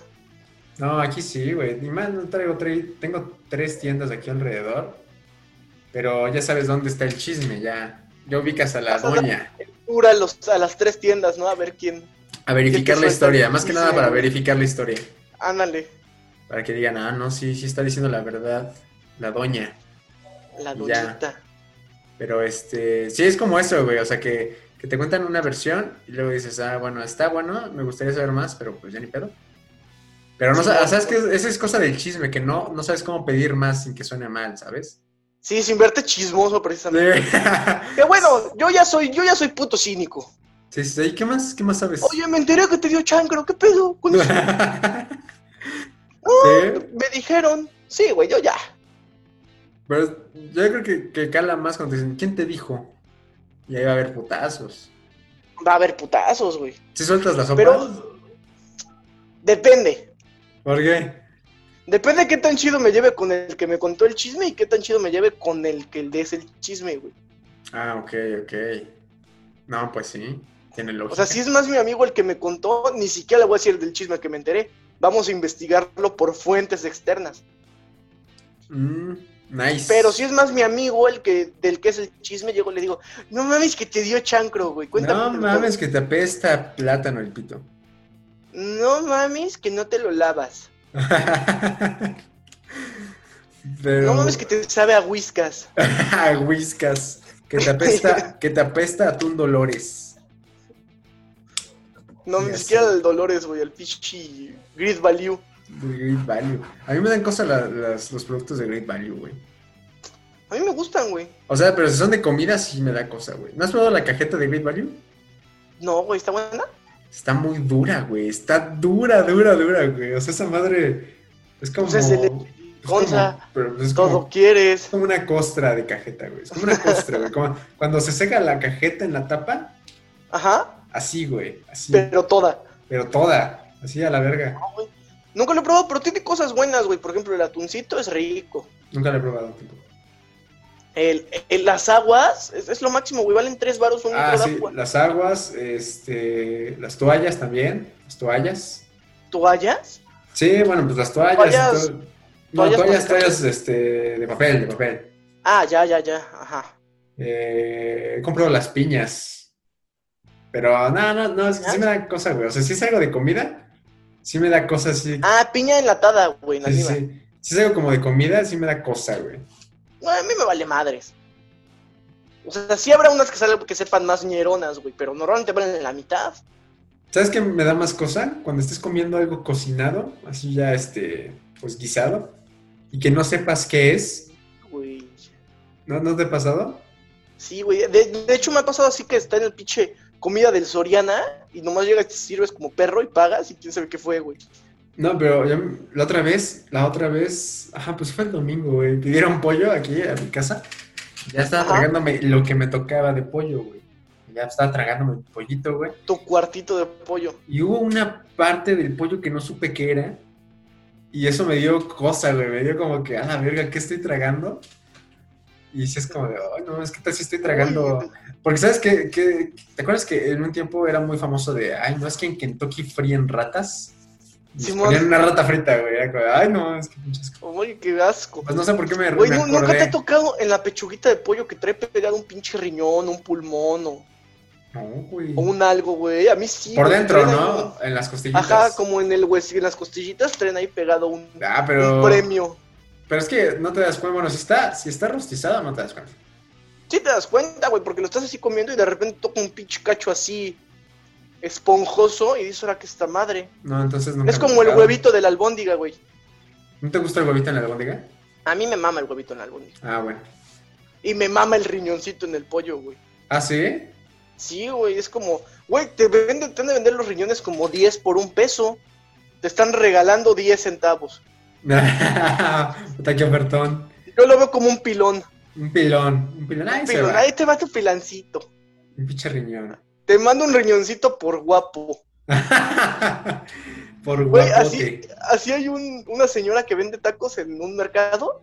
No, aquí sí, güey. Ni más, no traigo tres, tengo tres tiendas aquí alrededor. Pero ya sabes dónde está el chisme, ya. Ya ubicas a la
Vas a la-
doña.
Tour a, los- a las tres tiendas, ¿no? A ver quién.
A verificar
¿Qué te
la
suelta?
historia, más que
Sí,
nada
sí.
para verificar la historia.
Ándale.
Para que digan, ah, no, sí, sí está diciendo la verdad la doña.
La
Ya.
doñita.
Pero este, sí es como eso, güey. O sea, que, que te cuentan una versión y luego dices, ah, bueno, está bueno, me gustaría saber más, pero pues ya ni pedo. Pero no
Sí,
sa-
no. pues.
sabes que esa es cosa del chisme, que no, no sabes cómo pedir más sin que suene mal, ¿sabes?
Sí, sin verte chismoso precisamente.
Sí.
Que bueno, yo ya soy, yo ya soy puto cínico.
Sí, sí, ¿y qué más? ¿Qué más sabes?
Oye, pues, me enteré que te dio chancro, ¿qué pedo? con eso?
Sí,
Me dijeron. Sí, güey, yo ya.
pero yo creo que, que cala más cuando te dicen, ¿quién te dijo? Y ahí va a haber putazos.
va a haber putazos, güey.
Si sueltas la sopa.
Pero- Depende.
¿Por qué?
Depende de qué tan chido me lleve con el que me contó el chisme y qué tan chido me lleve con el que es el chisme, güey.
Ah, ok, ok. No, pues sí. Tiene
O
lógica.
sea, si es más mi amigo el que me contó, ni siquiera le voy a decir del chisme que me enteré. Vamos a investigarlo por fuentes externas.
Mm, nice.
Pero si es más mi amigo el que del que es el chisme, llego y le digo, no mames que te dio chancro, güey. Cuéntame.
No mames, que te apesta plátano el pito.
No mames que no te lo lavas.
Pero...
No mames que te sabe a whiskas.
a Whiskas. Que te apesta, que te apesta atún Dolores.
No,
Ya
ni
sé.
siquiera al Dolores, güey, al pichi Grid Value.
De Great Value. A mí me dan cosa la- las- los productos de Great Value, güey.
A mí me gustan, güey.
O sea, pero si son de comida, sí me da cosa, güey. ¿No has probado la cajeta de Great Value?
No, güey, está buena.
Está muy dura, güey. Está dura, dura, dura, güey. O sea, esa madre es como.
Pues es el-
es como-
consa,
pero es como,
Todo quieres.
es como una costra de cajeta, güey. Es como una costra, güey. Como cuando se seca la cajeta en la tapa,
Ajá,
así, güey. Así. Pero,
pero toda.
toda. Así a la verga.
Nunca lo he probado, pero tiene cosas buenas, güey. Por ejemplo, el atuncito es rico.
Nunca la he probado, tipo.
El, el- las aguas es, es lo máximo, güey. Valen tres varos un
Ah,
litro de
sí.
agua.
Las aguas, este. Las toallas también. Las toallas.
¿Toallas?
Sí, bueno, pues las toallas.
Toallas-
y todo. No,
toallas
toallas,
plasticadas.
toallas este, de papel, de papel.
Ah, ya, ya, ya. Ajá.
Eh, compro las piñas. Pero no, no, no, es que sí me da cosa, güey. O sea, si es algo de comida, sí me da cosa así.
Ah, piña enlatada, güey.
sí, sí,
nativa.
sí. Si es algo como de comida, sí me da cosa, güey.
No, a mí me vale madres. O sea, sí habrá unas que, sal- que sepan más ñeronas, güey. Pero normalmente valen la mitad.
¿Sabes qué me da más cosa? Cuando estés comiendo algo cocinado, así ya, este, pues guisado, y que no sepas qué es.
Güey.
¿No, ¿No te ha pasado?
Sí, güey. De, de hecho, me ha pasado así que está en el pinche comida del Soriana y nomás llegas y te sirves como perro y pagas y quién sabe qué fue, güey.
No, pero ya m- la otra vez, la otra vez, ajá, pues fue el domingo, güey. Pidieron pollo aquí a mi casa. Ya estaba
Ajá.
tragándome lo que me tocaba de pollo, güey. Ya estaba tragándome el pollito, güey.
Tu cuartito de pollo.
Y hubo una parte del pollo que no supe qué era. Y eso me dio cosa, güey. Me dio como que, a la verga, ¿qué estoy tragando? Y sí es como de, ay, no, es que tal si estoy tragando.
Uy,
Porque sabes que, que- ¿te acuerdas que en un tiempo era muy famoso de, ay, no es que en Kentucky fríen ratas? Y les
Simón.
ponían una rata frita, güey. Era como, ay, no, es que pinches co-
Güey, qué asco.
Pues no sé por qué me,
Güey,
me
nu- nunca
acordé.
te ha tocado en la pechuguita de pollo que trae pegado un pinche riñón, un pulmón o,
No, güey.
o un algo, güey. A mí sí.
Por
güey,
dentro,
traen ahí
¿no? En las
un-
costillitas.
Ajá, como en el hues- en las costillitas traen ahí pegado un,
Ah,
un
pero...
premio.
Pero es que no te das cuenta. Bueno, si está, si está rostizada, no te das cuenta.
Sí te das cuenta, güey, porque lo estás así comiendo y de repente toca un pinche cacho así esponjoso y dices, ahora que esta madre.
No, entonces nunca
es
me ha
como el
tocado.
huevito de la albóndiga, güey.
¿No te gusta el huevito en la albóndiga?
A mí me mama el huevito en la albóndiga.
Ah, bueno.
Y me mama el riñoncito en el pollo, güey.
¿Ah, sí?
Sí, güey, es como, güey, te venden, te han de vender los riñones como 10 por un peso. Te están regalando 10 centavos.
Puta, qué ofertón.
Yo lo veo como un pilón.
Un pilón. Un pilón. Ahí
Un
se
pilón.
va.
Ahí te va tu pilancito.
Un pinche riñón.
Te mando un riñoncito por guapo.
Por
Güey,
guapote.
Así hay un- una señora que vende tacos en un mercado.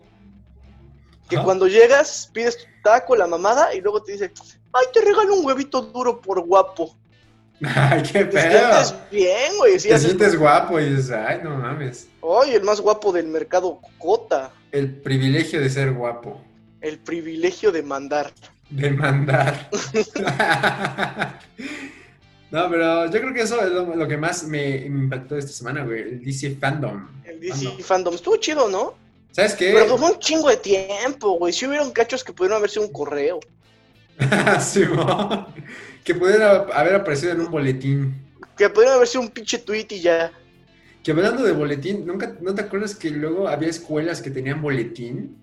Que
Ajá.
cuando llegas, pides tu taco, la mamada, y luego te dice, ay, te regalo un huevito duro por guapo.
Ay,
Te
qué pedo.
sientes bien, güey. Sí,
Te
haces-
sientes guapo y dices, ay, no mames.
Ay, el más guapo del mercado, Cota.
El privilegio de ser guapo.
El privilegio de mandar.
De mandar. no, pero yo creo que eso es lo, lo que más me impactó esta semana, güey. El DC Fandom.
El DC
Fandom.
Fandom. Estuvo chido, ¿no?
¿Sabes qué?
Pero fue un chingo de tiempo, güey. Sí hubieron cachos que pudieron haber sido un correo.
Ah, Simón. Que pudiera haber aparecido en un boletín.
Que pudieron haber sido un pinche tweet y ya.
Que hablando de boletín, ¿nunca, ¿no te acuerdas que luego había escuelas que tenían boletín?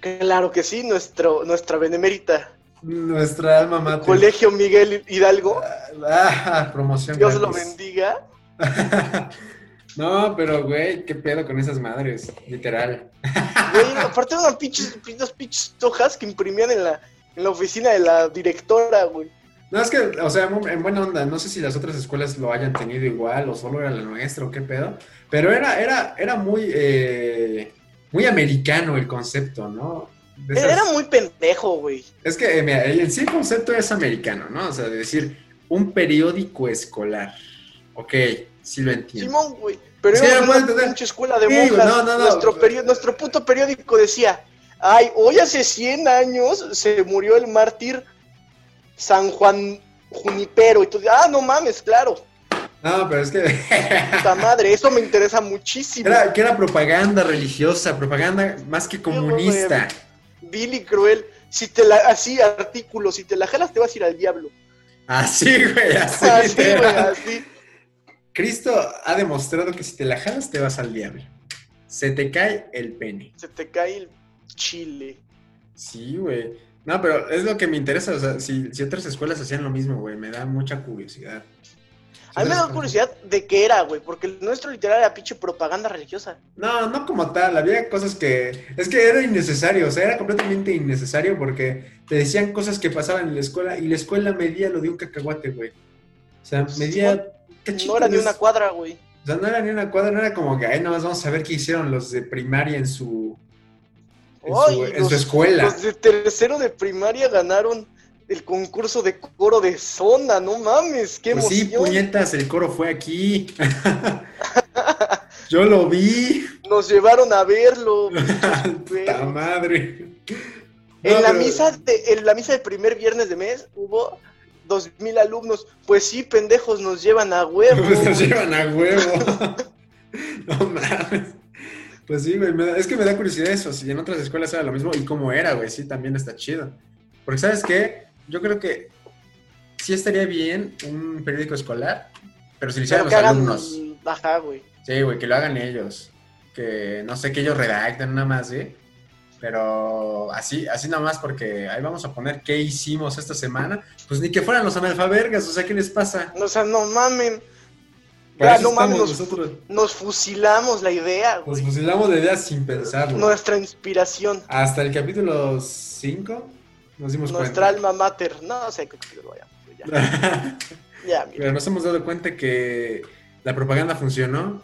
Claro que sí, nuestro, nuestra benemérita.
Nuestra alma mater.
Colegio Miguel Hidalgo.
Ah, promoción.
Dios lo
gratis.
bendiga.
no, pero güey, qué pedo con esas madres, literal.
Güey, aparte de unas pinches, unas pinches hojas que imprimían en la, en la oficina de la directora, güey.
No, es que, o sea, en buena onda, no sé si las otras escuelas lo hayan tenido igual o solo era la nuestra o qué pedo, pero era, era, era muy, eh, muy americano el concepto, ¿no?
De esas- Era muy pendejo, güey.
Es que, eh, mira, el sí el concepto es americano, ¿no? O sea, de decir, un periódico escolar. Ok, sí lo entiendo.
Simón, güey. Pero
Sí,
íbamos a
no
una
puedo entender.
pinche escuela de
Sí,
monjas.
no, no, no.
Nuestro, peri- nuestro puto periódico decía, ay, hoy hace 100 años se murió el mártir San Juan Junipero. Y tú, ah, no mames, claro,
No, pero es que...
puta madre, eso me interesa muchísimo.
era, que era propaganda religiosa, propaganda más que comunista.
Billy Cruel, si te la, así, artículo, si te la jalas te vas a ir al diablo.
Así, güey, así.
Así, güey,
literal.
así.
Cristo ha demostrado que si te la jalas te vas al diablo. Se te cae el pene.
Se te cae el chile.
Sí, güey. No, pero es lo que me interesa. O sea, si, si otras escuelas hacían lo mismo, güey, me da mucha curiosidad.
A mí me da
Otras-
curiosidad de qué era, güey, porque el nuestro literal era pinche propaganda religiosa.
No, no como tal, había cosas que... Es que era innecesario, o sea, era completamente innecesario porque te decían cosas que pasaban en la escuela y la escuela medía lo de un cacahuate, güey. O sea, medía...
No era ni
cachitones.
una cuadra, güey.
O sea, no era ni una cuadra, no era como que, ay, nomás vamos a ver qué hicieron los de primaria en su, en su,
Ay,
en
los-
su escuela.
Los de tercero de primaria ganaron el concurso de coro de zona, no mames, qué
Pues sí,
emoción.
puñetas, el coro fue aquí. Yo lo vi.
Nos llevaron a verlo.
Puta madre. No,
en la
pero-
misa de, en la misa del primer viernes de mes hubo dos mil alumnos. Pues sí, pendejos, nos llevan a huevo.
Pues nos llevan a huevo. no mames. Pues sí, güey, me da- es que me da curiosidad eso, si en otras escuelas era lo mismo y cómo era, güey, sí, también está chido. Porque sabes qué, yo creo que sí estaría bien un periódico escolar, pero si lo hicieran
Pero
los
que hagan-
alumnos.
Ajá, güey.
Sí, güey, que lo hagan ellos. Que no sé, que ellos redacten nada más, ¿eh? Pero así, así nada más, porque ahí vamos a poner qué hicimos esta semana. Pues ni que fueran los analfabergas, o sea, ¿qué les pasa?
O sea, no mamen.
Para
Ya,
eso
no mames,
estamos
nos,
nosotros.
nos fusilamos la idea,
Nos
güey.
fusilamos de ideas sin pensarlo.
Nuestra inspiración,
Hasta el capítulo 5 nos dimos
nuestra
cuenta.
alma mater. No sé qué qué lo vaya. pues Ya, ya, mira.
Pero nos hemos dado cuenta que la propaganda funcionó,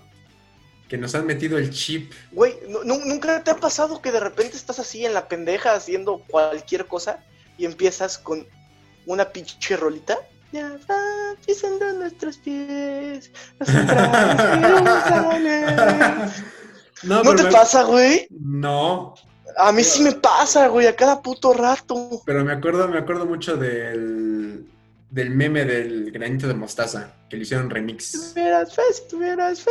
que nos han metido el chip.
Güey, ¿nu- nu- ¿nunca te ha pasado que de repente estás así en la pendeja haciendo cualquier cosa y empiezas con una pinche rolita? Ya va pisando nuestros pies, los entrañas de Jerusalén.
No,
¿No
pero
te
me-
pasa, güey?
No,
A mí sí me pasa, güey, a cada puto rato.
Pero me acuerdo, me acuerdo mucho del, del meme del granito de mostaza, que le hicieron
Si
remix.
tuvieras fe, si tuvieras fe.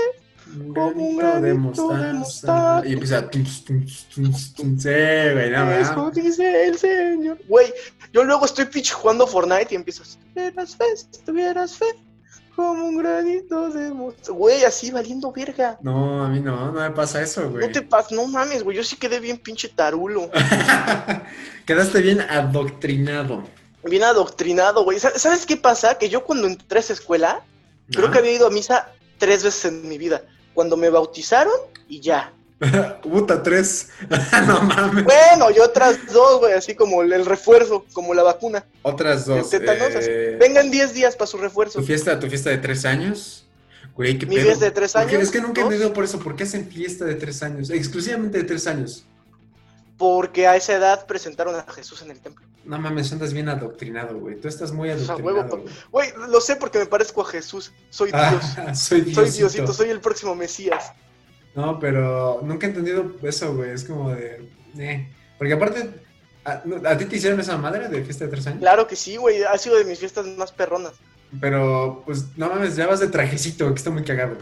Un
Como un granito de mostaza.
Y empieza. tunch, tunch, tunch, tunch. Sí, güey, no,
Eso
¿verdad?
Eh, dice el Señor. Güey, yo luego estoy pitch jugando Fortnite y empiezo. Si tuvieras fe, si tuvieras fe, como un granito de mostaza. Güey, así valiendo verga.
No, a mí no, no me pasa eso, güey.
No te pas, no mames, güey. Yo sí quedé bien pinche tarulo.
Quedaste bien adoctrinado.
Bien adoctrinado, güey. ¿Sa- ¿Sabes qué pasa? Que yo cuando entré a esa escuela, creo
¿no?
que había ido a misa tres veces en mi vida. Cuando me bautizaron y ya.
Ah, Puta, tres. no mames.
Bueno, y otras dos, güey, así como el, el refuerzo, como la vacuna.
Otras dos.
El tétanos,
eh,
Vengan 10 días para su refuerzo.
tu fiesta, tu fiesta de tres años. Güey, qué
Mi
pedo.
fiesta de tres
Porque
años.
es que nunca he
¿no?
entendido por eso. ¿Por qué hacen fiesta de tres años? Exclusivamente de tres años.
Porque a esa edad presentaron a Jesús en el templo.
No mames, andas bien adoctrinado, güey. Tú estás muy
sea,
adoctrinado.
huevo,
güey.
Güey, lo sé porque me parezco a Jesús. Soy Dios.
Ah, soy Diosito.
soy Diosito, soy el próximo Mesías.
No, pero nunca he entendido eso, güey. Es como de. eh. Porque aparte, a, no, a ti te hicieron esa madre de fiesta de tres años.
Claro que sí, güey. Ha sido de mis fiestas más perronas.
Pero, pues, no mames, ya vas de trajecito, que está muy cagado.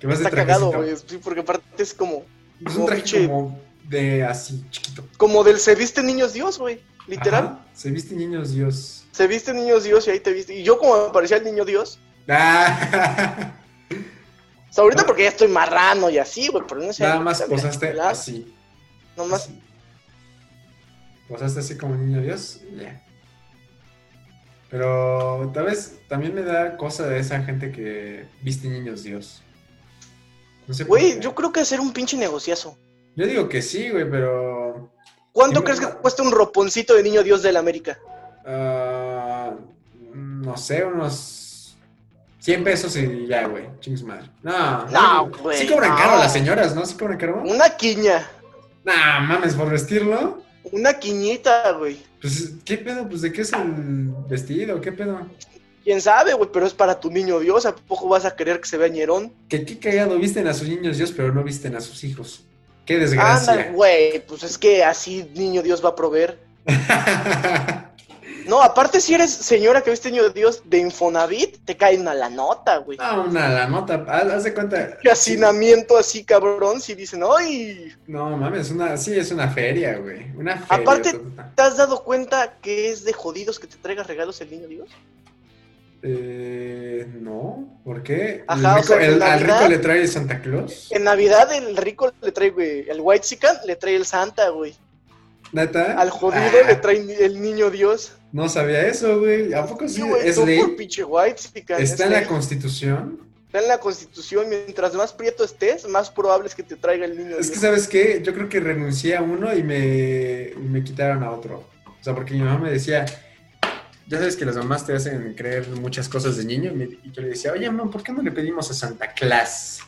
Que vas
Está
de
cagado,
trajecito.
güey. Sí, porque aparte es como,
Es un
como
traje
pinche-
como de así, chiquito.
como del se viste niños Dios, güey. Literal.
Ajá, Se viste niños Dios.
Se viste niños Dios y ahí te viste. Y yo como me parecía el niño Dios.
Ah,
O sea, ahorita porque ya estoy marrano y así, güey. Pero no sé.
nada más posaste
Claro,
así.
Nomás.
Así. Posaste así como niño Dios, ya. Pero tal vez también me da cosa de esa gente que viste niños Dios. No sé por
Güey,
qué.
yo creo que hacer un pinche negociazo.
Yo digo que sí, güey, pero.
¿Cuánto
Sí,
crees que
güey.
cuesta un roponcito de niño Dios del América?
ah, mm, no sé, unos 100 pesos y ya, güey. Chingues madre. No,
No,
güey.
güey,
Sí cobran
no.
caro las señoras, ¿no? Sí cobran caro. No
Una quiña.
mames, por vestirlo.
Una quiñita, güey.
Pues, ¿qué pedo? Pues, ¿de qué es el vestido? ¿Qué pedo?
Quién sabe, güey, pero es para tu niño Dios. ¿A poco vas a querer que se vea ñerón?
Que qué cagado visten a sus niños Dios, pero no visten a sus hijos. Qué
Anda,
desgracia.
güey. Pues es que así niño Dios va a proveer. No, aparte, si eres señora que viste niño Dios de Infonavit, te caen a la nota, güey.
no, una la nota. Haz haz de cuenta.
Que hacinamiento así, cabrón, si dicen, ¡ay!
No mames, una, sí, es una feria, güey. Una feria.
Aparte-
tota.
¿Te has dado cuenta que es de jodidos que te traiga regalos el niño Dios?
Eh, no, ¿por qué?
Ajá,
El
o sea,
rico-
en
el- ¿Al
Navidad-
rico le trae Santa Claus?
En Navidad el rico le trae, güey, el White Sican le trae el Santa, güey.
¿Neta?
Al jodido
Ah,
le trae ni- el niño Dios.
No sabía eso, güey. ¿A poco sí?
Sí, güey,
¿Es
tú
ley?
por eh. pinche White Sican.
¿Está en la
ley.
constitución?
Está en la constitución. Mientras más prieto estés, más probable es que te traiga el niño
Es que,
Dios.
¿sabes qué? Yo creo que renuncié a uno y me, y me quitaron a otro. O sea, porque mi mamá me decía, ya sabes que las mamás te hacen creer muchas cosas de niño. Y, me- y yo le decía, oye, mamá, ¿por qué no le pedimos a Santa Claus?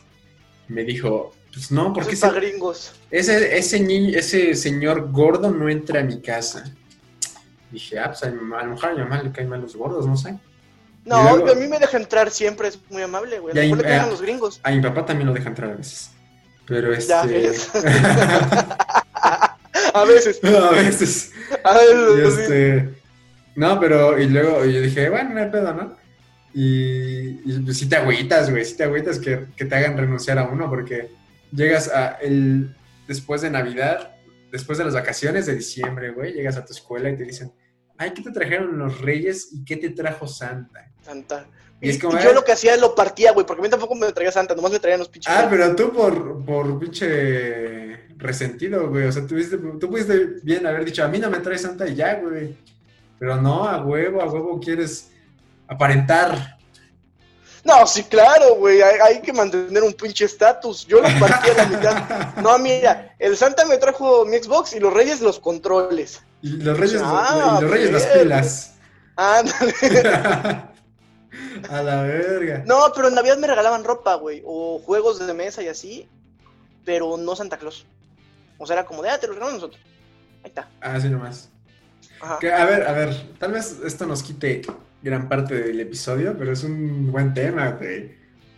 Y me dijo, pues no, porque
Eso es pa'
ese-
gringos.
ese, ese, ni- ese señor gordo no entra a mi casa. Dije, ah, pues a, mi mamá- a lo mejor a mi mamá le caen mal los gordos, no sé.
No,
Y luego-
a mí me deja entrar siempre, es muy amable, güey.
Y
A
ahí-
lo mejor le
eh,
cagan los gringos.
A mi papá también lo deja entrar a veces. Pero este...
Ya, ves. a veces,
a veces...
a
Y
veces. sí.
este, no, pero, y luego yo dije, bueno, no hay pedo, ¿no? Y, y pues, sí te agüitas, güey, sí te agüitas que, que te hagan renunciar a uno, porque llegas a el, después de Navidad, después de las vacaciones de diciembre, güey, llegas a tu escuela y te dicen, ay, ¿qué te trajeron los reyes y qué te trajo Santa?
Santa.
Y
Y,
es como,
y
eh.
yo lo que hacía es lo partía, güey, porque a mí tampoco me traía Santa, nomás me traían los pinches.
Ah, pero tú por, por pinche resentido, güey, o sea, tuviste, tú pudiste bien haber dicho, a mí no me trae Santa y ya, güey. Pero no, a huevo, a huevo quieres aparentar
No, sí, claro, güey, hay, hay que mantener un pinche estatus. Yo lo partía a la mitad. No, mira, el Santa me trajo mi Xbox y los Reyes los controles.
Y los reyes,
Ah,
y los reyes las
bien.
pilas.
Ándale.
a la verga.
No, pero en Navidad me regalaban ropa, güey, o juegos de mesa y así, pero no Santa Claus. O sea, era como de, ah, te lo regalamos nosotros. Ahí está.
Así Ah, nomás.
Ajá.
Que, a ver, a ver, tal vez esto nos quite gran parte del episodio, pero es un buen tema, güey.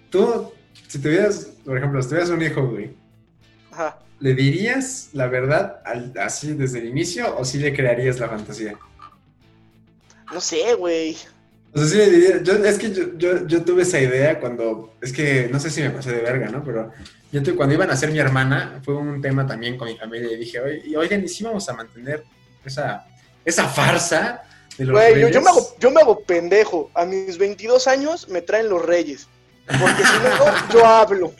Tú, si tuvieras, por ejemplo, si tuvieras un hijo, güey,
Ajá.
¿le dirías la verdad al- así desde el inicio o sí le crearías la fantasía?
No sé, güey.
O sea, sí le diría, yo, es que yo, yo, yo tuve esa idea cuando, es que no sé si me pasé de verga, ¿no? Pero yo tu- cuando iban a ser mi hermana, fue un tema también con mi familia y dije, "Oye, y oigan, ¿y si vamos a mantener esa, esa farsa de los
Güey, yo, yo me
reyes?"
hago, yo me hago pendejo. A mis 22 años me traen los reyes. Porque si no, yo hablo.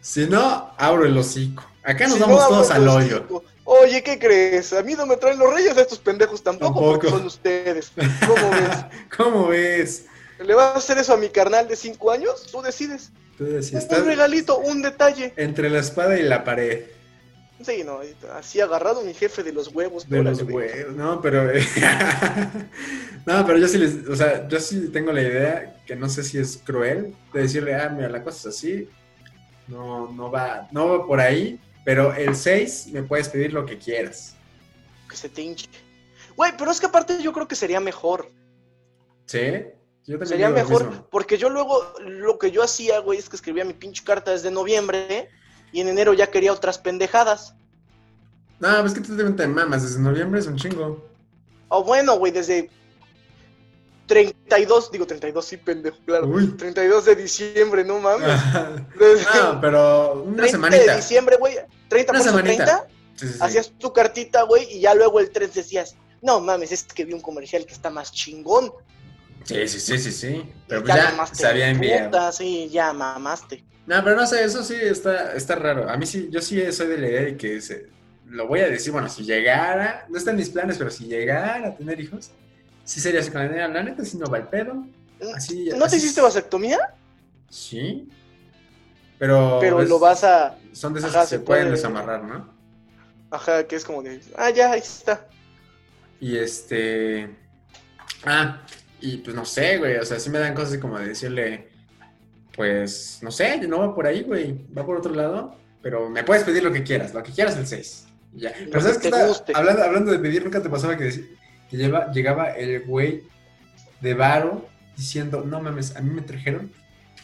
Si no, abro el hocico. Acá nos
Si
vamos
no, hablo
todos al
los
hoyo.
cinco. Oye, ¿qué crees? A mí no me traen los reyes, a estos pendejos tampoco, porque
Tampoco.
son ustedes. ¿Cómo ves?
¿Cómo ves?
¿Le vas a hacer eso a mi carnal de 5 años? Tú decides.
Tú decís,
Un
estás
regalito, un detalle.
entre la espada y la pared
Sí, no, así agarrado mi jefe de los huevos.
de los
órale, güey.
huevos, ¿no? Pero, eh, no, pero yo sí les, o sea, yo sí tengo la idea, que no sé si es cruel, de decirle, ah, mira, la cosa es así, no, no va, no va por ahí, pero el 6 me puedes pedir lo que quieras.
Que se te hinche. Güey, pero es que aparte yo creo que sería mejor.
¿Sí? Yo también
Sería
digo lo
mejor,
mismo.
porque yo luego, lo que yo hacía, güey, es que escribía mi pinche carta desde noviembre y en enero ya quería otras pendejadas.
No, pues que tú también te mamas, desde noviembre es un chingo.
O bueno, güey, desde 32, digo 32, sí, pendejo, claro.
Uy. Ah.
32 de diciembre, no mames.
no,
Desde
pero Ah, una
30 de
semanita.
diciembre, güey, 30
Una
por
semanita.
30,
Sí, sí, sí.
hacías tu cartita, güey, y ya luego el 3 decías, no mames, es que vi un comercial que está más chingón.
Sí, sí, sí, sí, sí. Pero
Y
pues ya
mamaste
se había
de
enviado.
puta, Sí, ya mamaste.
No, pero no sé, eso sí está, está raro. A mí sí, yo sí soy de la idea de que se- lo voy a decir, bueno, si llegara, no están mis planes, pero si llegara a tener hijos, sí sería así, como, "Mira, la neta, si no va el pedo. Así,
Mm, ¿No te
así-
hiciste vasectomía?
Sí. Pero,
Pero
es-
lo vas a...
son de esas
ajá,
que se
se
pueden
puede-
desamarrar, ¿no?
Ajá, que es como de, ah, ya, ahí está.
Y este. Ah, Y pues no sé, güey, o sea, sí me dan cosas como de decirle, pues no sé, no va por ahí, güey, va por otro lado, pero me puedes pedir lo que quieras, lo que quieras el 6. Ya. Pero
Lo
sabes
que
que
te
está-
guste.
hablando, hablando de pedir, nunca te pasaba que, dec- que lleva- llegaba el güey de Varo diciendo, no mames, a mí me trajeron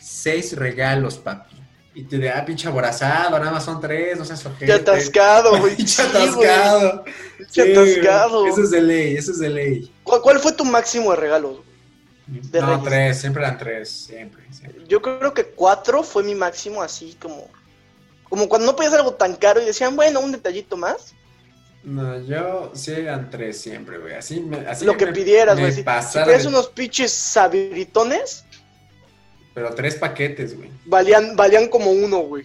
seis regalos, papi. Y te de, ah, pinche aborazado, nada más son tres, no seas ojete.
Qué atascado, güey.
Pinche
Sí, güey.
atascado.
Pinche
Sí, güey.
atascado.
Eso es de ley, eso es de ley.
¿Cuál, cuál fue tu máximo de regalos? De
no,
Reyes.
tres, siempre eran tres, siempre, siempre.
Yo creo que cuatro fue mi máximo, así como. Como cuando no podías hacer algo tan caro y decían, bueno, un detallito más.
No, yo sí eran tres siempre, güey. Así, me- así
lo que
me-
pidieras,
me
güey. Si, si
pasara
querías
de-
unos pinches sabritones,
Pero tres paquetes, güey.
valían, valían como uno, güey.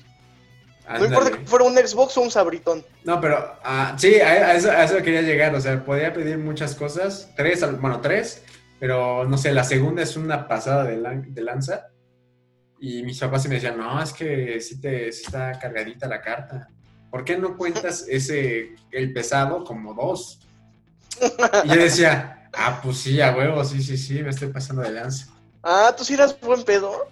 No importa
Ándale.
que fuera un Xbox o un sabritón.
No, pero ah, sí, a, a eso, a eso quería llegar. O sea, podía pedir muchas cosas. Tres, al- bueno, tres. Pero no sé, la segunda es una pasada de, lan- de lanza. Y mis papás se me decían, no, es que sí, te, sí está cargadita la carta. ¿Por qué no cuentas ese, el pesado, como dos? Y yo decía, ah, pues sí, a huevo, sí, sí, sí, me estoy pasando de lanza.
Ah, tú sí eras buen pedo.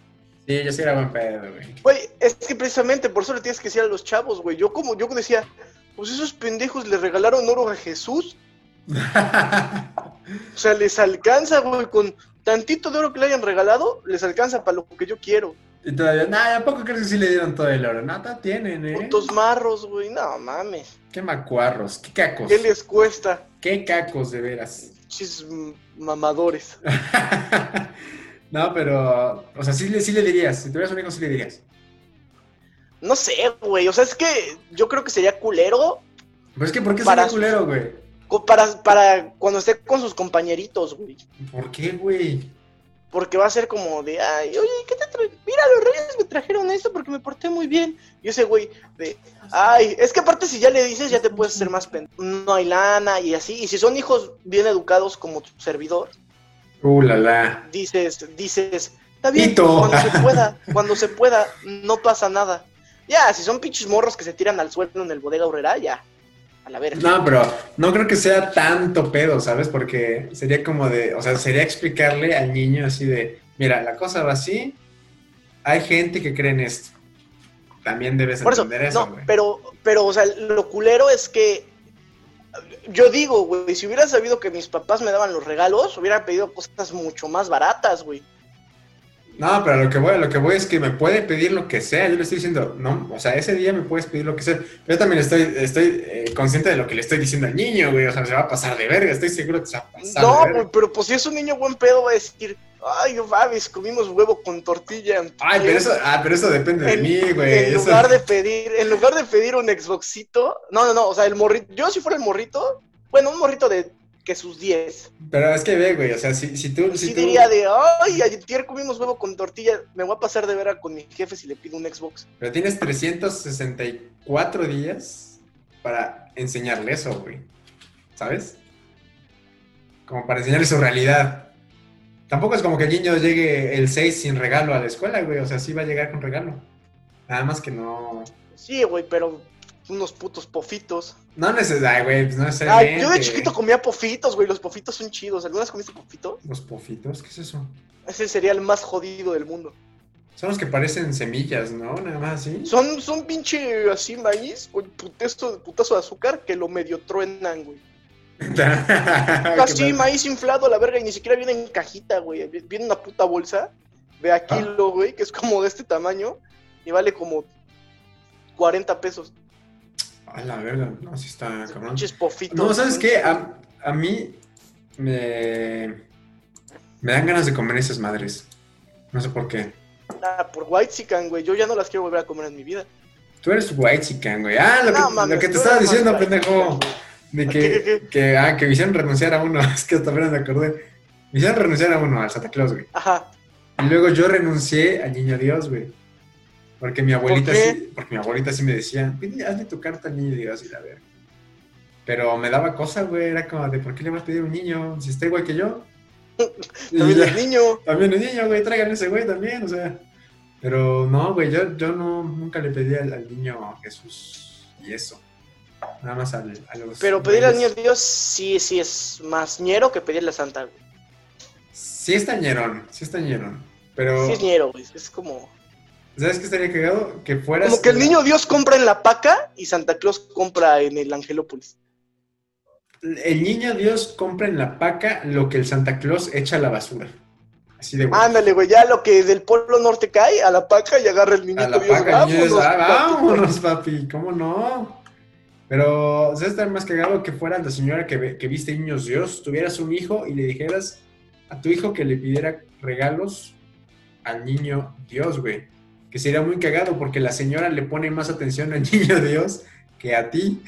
Sí, yo sí era buen pedo, güey.
Güey, es que precisamente por eso le tienes que decir a los chavos, güey. Yo como yo decía, pues esos pendejos le regalaron oro a Jesús. O sea, les alcanza, güey, con tantito de oro que le hayan regalado, les alcanza para lo que yo quiero.
y todavía, nada, ¿a poco crees que sí le dieron todo el oro? Nada, tienen, ¿eh?
Putos marros, güey. No mames.
Qué macuarros, qué cacos.
¿Qué les cuesta?
Qué cacos, de veras.
Chis mm, mamadores.
no, pero, o sea, sí, le- sí le dirías. Si tuvieras un hijo, sí le dirías.
No sé, güey. O sea, es que yo creo que sería culero
Pero es que, ¿por qué
Para
sería culero, güey?
co- para, para cuando esté con sus compañeritos, güey.
¿Por qué, güey?
Porque va a ser como de, ay, oye, ¿qué te trae? Mira, los reyes me trajeron esto porque me porté muy bien. Y ese güey de, ay, es que aparte si ya le dices, ya te puedes hacer más pendejo. No hay lana y así. Y si son hijos bien educados como tu servidor,
Uh, la, la.
dices, dices, está bien,
Pito.
cuando se pueda, cuando se pueda, no pasa nada. Ya, si son pinches morros que se tiran al suelo en el bodega horrera, ya, a la verga.
No, pero no creo que sea tanto pedo, ¿sabes? Porque sería como de, o sea, sería explicarle al niño así de, mira, la cosa va así, hay gente que cree en esto. También debes
Por eso,
entender eso,
no,
güey.
pero, pero, o sea, lo culero es que yo digo, güey, si hubiera sabido que mis papás me daban los regalos, hubiera pedido cosas mucho más baratas, güey.
No, pero lo que voy, lo que voy es que me puede pedir lo que sea. Yo le estoy diciendo, no, o sea, ese día me puedes pedir lo que sea. Pero yo también estoy, estoy eh, consciente de lo que le estoy diciendo al niño, güey. O sea, se va a pasar de verga, estoy seguro que se va a pasar
No,
de
güey,
verga.
pero pues si es un niño buen pedo va a decir, ay, no mames, comimos huevo con tortilla.
Ay, pero eso, ah, pero eso depende de
En-
mí, güey.
En
eso-
lugar de pedir, en lugar de pedir un Xboxito, no, no, no, o sea, el morrito, yo si fuera el morrito, bueno, un morrito de que sus 10,
Pero es que ve, güey, o sea, si, si tú, Pues si
sí
tú-
diría de, ay, ayer comimos huevo con tortilla, me voy a pasar de vera con mi jefe si le pido un Xbox.
Pero tienes 364 días para enseñarle eso, güey. ¿Sabes? Como para enseñarle su realidad. Tampoco es como que el niño llegue el 6 sin regalo a la escuela, güey. O sea, sí va a llegar con regalo. Nada más que no.
Sí, güey, pero unos putos pofitos.
No necesariamente, güey, pues no necesariamente.
Ay, yo de chiquito comía pofitos, güey. Los pofitos son chidos. ¿Algunas comiste pofito?
Los pofitos, ¿qué es eso?
Es el cereal más jodido del mundo.
Son los que parecen semillas, ¿no? Nada más así.
Son, son pinche así maíz con putazo, putazo de azúcar que lo medio truenan, güey. Así
Ah, Así,
maíz inflado a la verga y ni siquiera viene en cajita, güey. Viene una puta bolsa de
Ah.
a kilo, güey, que es como de este tamaño y vale como 40 pesos.
A la verga, no, sí está Ah, cabrón.
Pinches pofitos.
No, ¿sabes qué? A, a mí me, me dan ganas de comer esas madres. No sé por qué.
Ah, por white chican, güey. Yo ya no las quiero volver a comer en mi vida.
Tú eres white chican, güey. Ah, lo que,
No,
lo
mames,
que te
tú
estaba
eres más
diciendo,
white chican,
pendejo.
güey.
De
¿Qué,
que,
qué,
que, ah, que me hicieron renunciar a uno. Es que hasta apenas me acordé. Me hicieron renunciar a uno, al Santa Claus, güey.
Ajá.
Y luego yo renuncié al niño Dios, güey. Porque mi abuelita
qué?
sí, porque mi abuelita sí me decía, "Pide- hazle tu carta al niño Dios y la verga. Pero me daba cosa, güey, era como de por qué le vas a pedir a un niño si está igual que yo. Y
También
ya,
es niño.
también un niño, güey, tráiganle ese güey también, o sea. Pero no, güey, yo, yo no, nunca le pedí al, al niño Jesús y eso. Nada más al, a los.
Pero pedirle al niño
reyes.
Dios sí, sí es más ñero que pedirle a Santa, güey.
Sí está ñerón, sí está ñerón. Pero,
Sí es ñero, güey. Es como.
¿sabes qué estaría cagado? Que fueras...
Como que el niño Dios compra en la paca y Santa Claus compra en el Angelópolis.
El niño Dios compra en la paca lo que el Santa Claus echa a la basura. Así de bueno.
Ándale, güey, ya lo que del Polo Norte cae a la paca y agarra el
A
niñito
la
Dios.
paca, el niño Dios,
vámonos,
ah,
papi.
vámonos, papi, ¿cómo no? Pero, ¿sabes estar más cagado que fuera la señora que, ve- que viste niños Dios? Tuvieras un hijo y le dijeras a tu hijo que le pidiera regalos al niño Dios, güey. Que sería muy cagado porque la señora le pone más atención al niño Dios que a ti.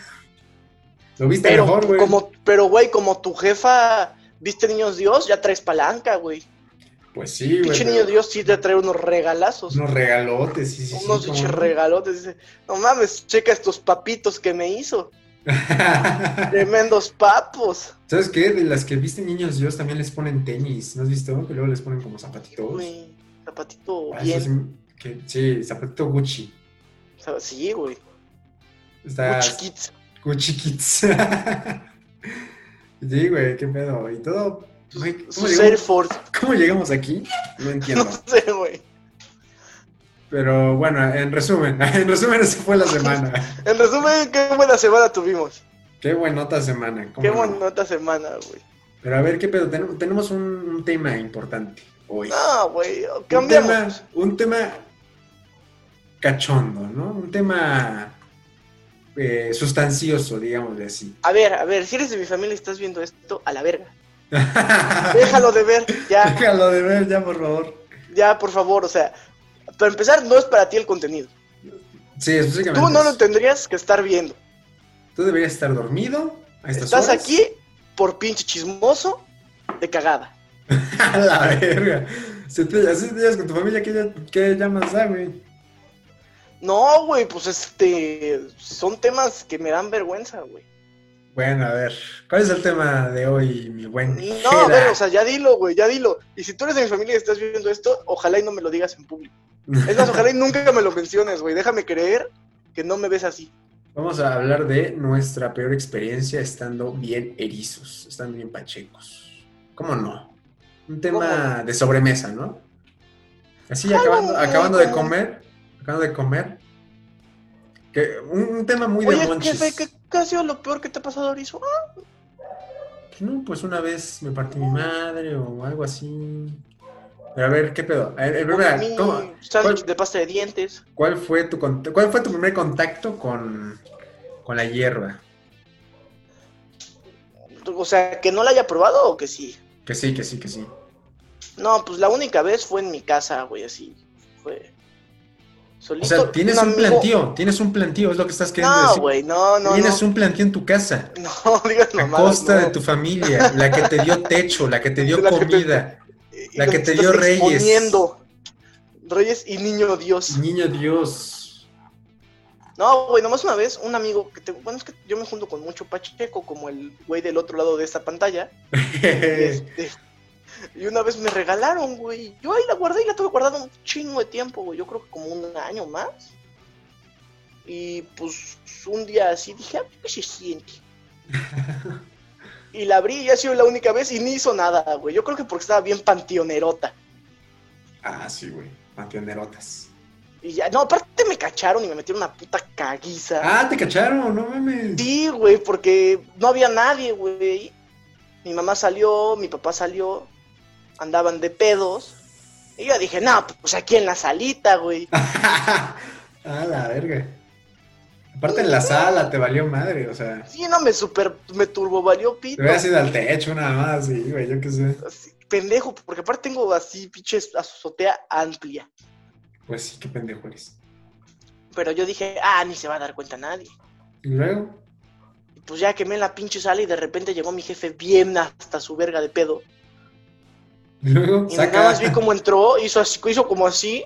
Lo viste
Pero,
mejor, güey.
como, pero, güey, como tu jefa viste Niños Dios, ya traes palanca, güey.
Pues sí, güey.
Pinche
pero
Niño Dios sí te trae unos regalazos.
Unos regalotes, sí, sí, sí.
unos
cómo
pinches
no.
regalotes. Dice, no mames, checa estos papitos que me hizo. Tremendos papos.
¿Sabes qué? De las que viste niños Dios también les ponen tenis, ¿no has visto? Que luego les ponen como zapatitos.
Güey, zapatito
Ah,
bien.
eso sí, que- sí, zapatito Gucci.
O sea, Sí, güey.
Está
Gucci Kids.
Gucci Kids. sí, güey, qué pedo. Y todo. güey,
Su
¿cómo,
Air
llegamos,
Force.
cómo llegamos aquí? No
No
entiendo.
sé, güey.
Pero bueno, en resumen, en resumen, esa fue la semana.
En resumen, qué buena semana tuvimos.
Qué buenota semana. ¿cómo
Qué
no?
buena otra semana, güey.
Pero a ver, qué pedo. Ten- tenemos un, un tema importante hoy.
No, güey. oh,
un
Cambiamos.
tema, un tema cachondo, ¿no? Un tema eh, sustancioso, digámosle así.
A ver, a ver, si eres de mi familia y estás viendo esto, a la verga. Déjalo de ver, ya,
Déjalo de ver ya, por favor.
ya, por favor, o sea, para empezar, no es para ti el contenido.
Sí, específicamente.
Tú no lo tendrías que estar viendo.
Tú deberías estar dormido a estas
Estás
horas.
aquí por pinche chismoso de cagada.
A la verga. Si te, así te llevas con tu familia, ¿qué, ya- qué llamas da, güey?
No, güey, pues este, son temas que me dan vergüenza, güey.
Bueno, a ver. ¿Cuál es el tema de hoy, mi buen?
No, a ver,
Jera?
o sea, ya dilo, güey, ya dilo. Y si tú eres de mi familia y estás viendo esto, ojalá y no me lo digas en público. Es más, ojalá y nunca me lo menciones, güey. Déjame creer que no me ves así.
Vamos a hablar de nuestra peor experiencia estando bien erizos, estando bien pachecos. ¿Cómo no? Un tema de sobremesa, ¿no? Así, acabando,
Ay,
acabando de
no.
comer, acabando de comer. Que, un, un tema muy de
Oye,
monchis.
jefe, ¿qué, ¿qué ha sido lo peor que te ha pasado, Orizo? Ah,
No, pues una vez me partí mi madre o algo así. Pero a ver, ¿qué pedo? A ver, en primera,
Ah, a mí,
¿cómo-
sándwich
cuál-
de pasta de dientes.
¿Cuál fue tu, cont- cuál fue tu primer contacto con, con la hierba?
O sea, que no la haya probado o que sí.
Que sí, que sí, que sí.
No, pues la única vez fue en mi casa, güey, así. Fue.
O
Solito.
sea, tienes un,
amigo-
plantío, tienes un plantío, es lo que estás queriendo
No,
decir.
güey, no, no.
tienes
no.
un plantío en tu casa,
No, digas
a
mamadas,
costa
no.
de tu familia, la que te dio techo, la que te dio
La que te-
comida,
Y- y
la
lo
que te
estás
dio Reyes.
exponiendo. Reyes y Niño Dios.
niño Dios.
No, güey, nomás una vez un amigo que te... Bueno, es que yo me junto con mucho Pacheco, como el güey del otro lado de esta pantalla. Y, este, y una vez me regalaron, güey. Yo ahí la guardé y la tuve guardada un chingo de tiempo, güey. Yo creo que como un año más. Y pues un día así dije, "Ah, ¿qué se siente? y la abrí y ha sido la única vez y ni hizo nada, güey. Yo creo que porque estaba bien panteonerota.
ah, sí, güey, panteonerotas.
Y ya, no, aparte me cacharon y me metieron una puta caguiza.
Ah, te cacharon, no mames.
Sí, güey, porque no había nadie, güey. Mi mamá salió, mi papá salió, andaban de pedos. Y yo dije, no, pues aquí en la salita, güey.
ah, la verga. Aparte en la sala te valió madre, o sea,
Sí, no, me super, me turbovalió
te
pito.
hubieras ido al techo nada más, sí, güey, yo qué sé.
Así, pendejo, porque aparte tengo así, pinche azotea amplia.
Pues sí, qué pendejo eres.
Pero yo dije, ah, ni se va a dar cuenta nadie.
Y luego,
Y pues ya quemé la pinche sala y de repente llegó mi jefe bien hasta su verga de pedo.
y luego,
Y
saca.
nada más vi cómo entró, hizo, así, hizo como así.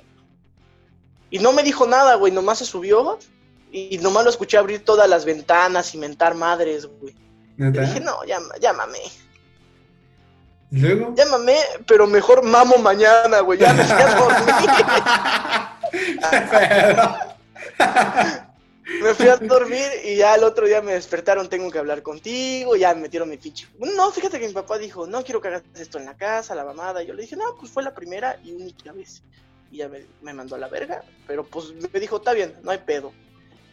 Y no me dijo nada, güey. Nomás se subió. Y, y nomás lo escuché abrir todas las ventanas y mentar madres, güey. Y
¿Neta?
dije, no, ya, llámame.
Y luego.
Llámame, pero mejor mamo mañana, güey. Ya me fui a dormir.
Qué pedo.
Me fui a dormir y ya al otro día me despertaron, tengo que hablar contigo, ya me metieron mi pinche. No, fíjate que mi papá dijo, no quiero que hagas esto en la casa, la mamada. Y yo le dije, no, pues fue la primera y única vez. Y ya me, me mandó a la verga, pero pues me dijo, está bien, no hay pedo.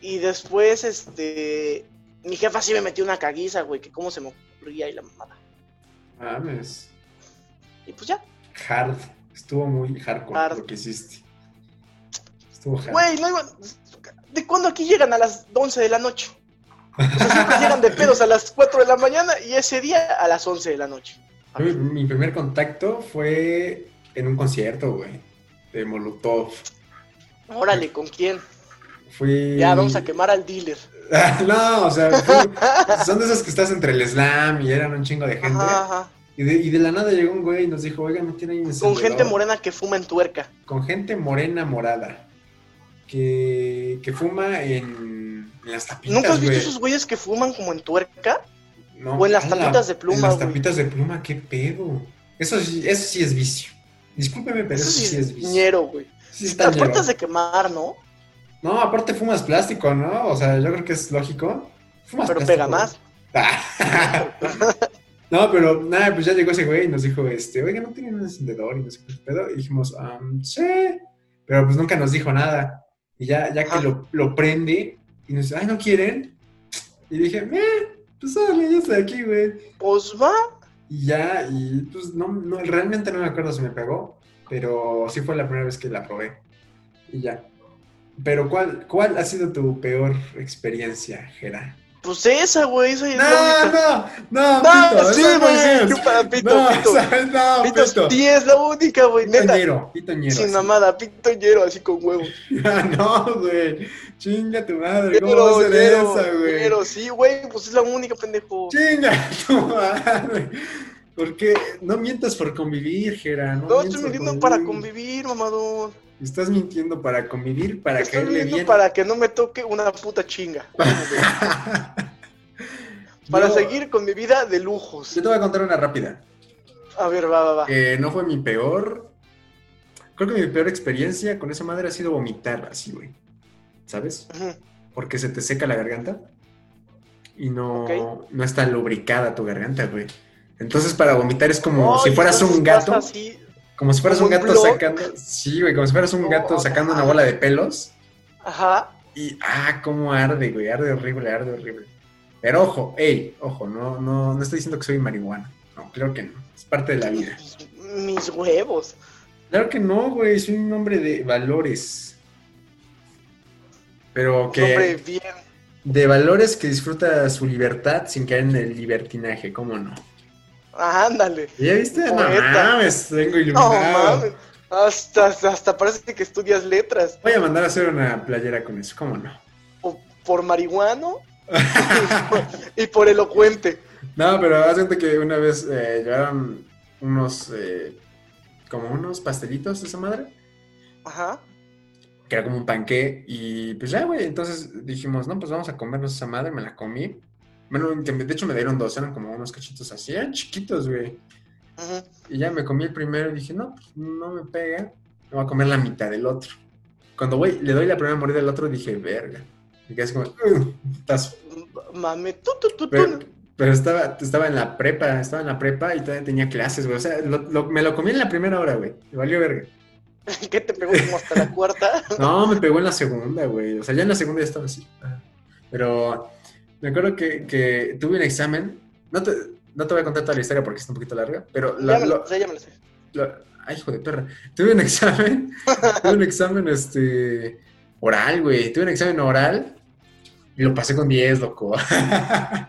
Y después, este, mi jefa sí me metió una caguiza, güey, que cómo se me ocurría y la mamada.
Mames.
Y pues ya.
Hard. Estuvo muy hardcore
Hard.
lo que hiciste. Estuvo hard.
Güey, no iba- ¿De cuándo aquí llegan a las 11 de la noche? O sea, siempre llegan de pedos a las 4 de la mañana y ese día a las 11 de la noche.
Yo, Mi, mi primer contacto fue en un concierto, güey, de Molotov.
Órale, ¿con quién?
Fui.
Ya vamos a quemar al dealer.
no, o sea, fui- son de esos que estás entre el slam y eran un chingo de gente.
Ajá, ajá.
Y, de, y de la nada llegó un güey y nos dijo, oigan, no tienen
Con
encendedor?"
gente morena que fuma en tuerca.
Con gente morena morada. Que, que fuma en, en las tapitas.
¿Nunca has visto
güey.
esos güeyes que fuman como en tuerca?
No,
o en las
ala,
tapitas de pluma,
En las
güey.
tapitas de pluma, qué pedo. Eso sí, eso sí es vicio. Discúlpeme, pero eso, sí, es vicio.
ñero, güey.
Sí está
Las
ñero.
puertas de quemar, ¿no?
No, aparte fumas plástico, ¿no? O sea, yo creo que es lógico. Fumas
Pero
plástico,
pega más.
Ah. no, pero nada, pues ya llegó ese güey y nos dijo, este, oiga, ¿no tienen un encendedor? Y no sé qué pedo. Y dijimos, "Am, sí. Pero pues nunca nos dijo nada. Y ya, ya que
Ajá.
lo, lo prende y nos dice, ay, ¿no quieren? Y dije, eh, pues dale, ya estoy aquí, güey.
Pues va.
Y ya, y pues no, no, realmente no me acuerdo si me pegó, pero sí fue la primera vez que la probé. Y ya. Pero ¿cuál, cuál ha sido tu peor experiencia, Jera?
Pues esa, güey. Esa es
No,
la única.
no, no,
No,
pito,
sí,
eso no
güey,
es.
chupa, pito,
no,
pito.
¿sabes? no,
Pito,
pito.
sí es la única, güey. Neta.
Pitoñero, pitoñero,
Sin
así.
mamada, pitoñero así con huevos.
Ah, no, güey. Chinga tu madre, ¿cómo
Pero,
vas a hacer
pero,
esa, güey?
pero sí, güey, pues es la única, pendejo.
Chinga tu madre. Porque no mientas por convivir, Jera.
No,
No, mientas
estoy
por
midiendo para convivir, mamadón.
Estás mintiendo para convivir, para
estoy
caerle
midiendo
bien.
para que no me toque una puta chinga. Para
Yo-
seguir con mi vida de
Yo
lujos.
te voy a contar una rápida.
A ver, va, va, va.
Que no fue mi peor. Creo que mi peor experiencia con esa madre ha sido vomitar así, güey. ¿Sabes?
Ujú.
Porque se te seca la garganta y no,
Ok.
no está lubricada tu garganta, güey. Entonces, para vomitar es como si
Ay,
fueras un
entonces
gato.
vas así.
Como si fueras
como
un
un
gato
blog.
sacando. Sí, güey, como si fueras un
No,
gato sacando una
ah.
bola de pelos.
Ajá.
Y ah, cómo arde, güey, arde horrible, arde horrible. Pero ojo, ey, ojo, no, no, no estoy diciendo que soy marihuana. No, claro que no. Es parte de la vida.
Mis, mis huevos.
Claro que no, güey, soy un hombre de valores. Pero
Un Hombre,
que
bien.
de valores que disfruta su libertad sin caer en el libertinaje, ¿cómo no?
Ándale.
¿Ya viste? No
Poeta.
mames, tengo
No
iluminado.
mames. Hasta, hasta parece que estudias letras.
Voy a mandar a hacer una playera con eso, ¿cómo no?
O por marihuano y por elocuente.
No, pero haz cuenta que una vez eh, llevaron unos, eh, como unos pastelitos de esa madre,
Ajá.
que era como un panqué, y pues ya, güey, entonces dijimos, no, pues vamos a comernos esa madre, me la comí. Bueno, de de hecho me dieron dos, eran como unos cachitos así, eran chiquitos, güey.
Ujú.
Y ya me comí el primero y dije, no, pues no me pega, me voy a comer la mitad del otro. Cuando, güey, le doy la primera mordida del otro, dije, verga. Y quedé así como, "Ugh, putazo".
Mame, tú, tú, tú, tú.
Pero, pero estaba, estaba en la prepa, estaba en la prepa y todavía tenía clases, güey. O sea, lo- lo- me lo comí en la primera hora, güey. Me valió verga.
¿Qué te pegó como hasta la cuarta?
No, me pegó en la segunda, güey. O sea, ya en la segunda ya estaba así. Pero me acuerdo que, que tuve un examen. No te, no te voy a contar toda la historia porque es un poquito larga, pero la-
Ya me
lo-
lo sé, ya me lo sé.
la- ay, hijo de perra. Tuve un examen. tuve un examen este oral, güey. Tuve un examen oral y lo pasé con 10, loco.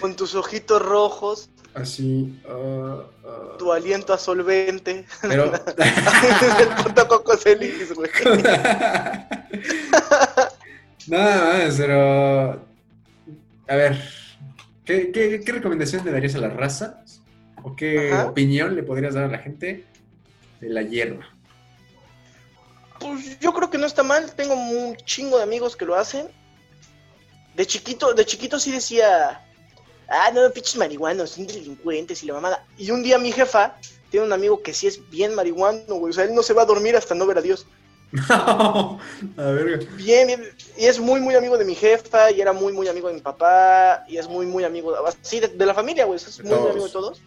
Con tus ojitos rojos,
Así. ah, ah.
tu aliento a solvente.
Pero.
Puta Coco Celis, güey.
Nada más, pero. A ver. ¿qué, qué, qué recomendación le darías a la raza? ¿O qué
Ajá.
opinión le podrías dar a la gente de la hierba?
Pues yo creo que no está mal. Tengo un chingo de amigos que lo hacen. De chiquito, de chiquito sí decía, ah, no, pinches marihuanos, son delincuentes y la mamada. Y un día mi jefa tiene un amigo que sí es bien marihuano, güey. O sea, él no se va a dormir hasta no ver a Dios.
No, a ver.
Bien, bien, y es muy, muy amigo de mi jefa, y era muy, muy amigo de mi papá, y es muy, muy amigo, sí, de, de la familia, güey, es
De
muy, muy
todos.
amigo de todos,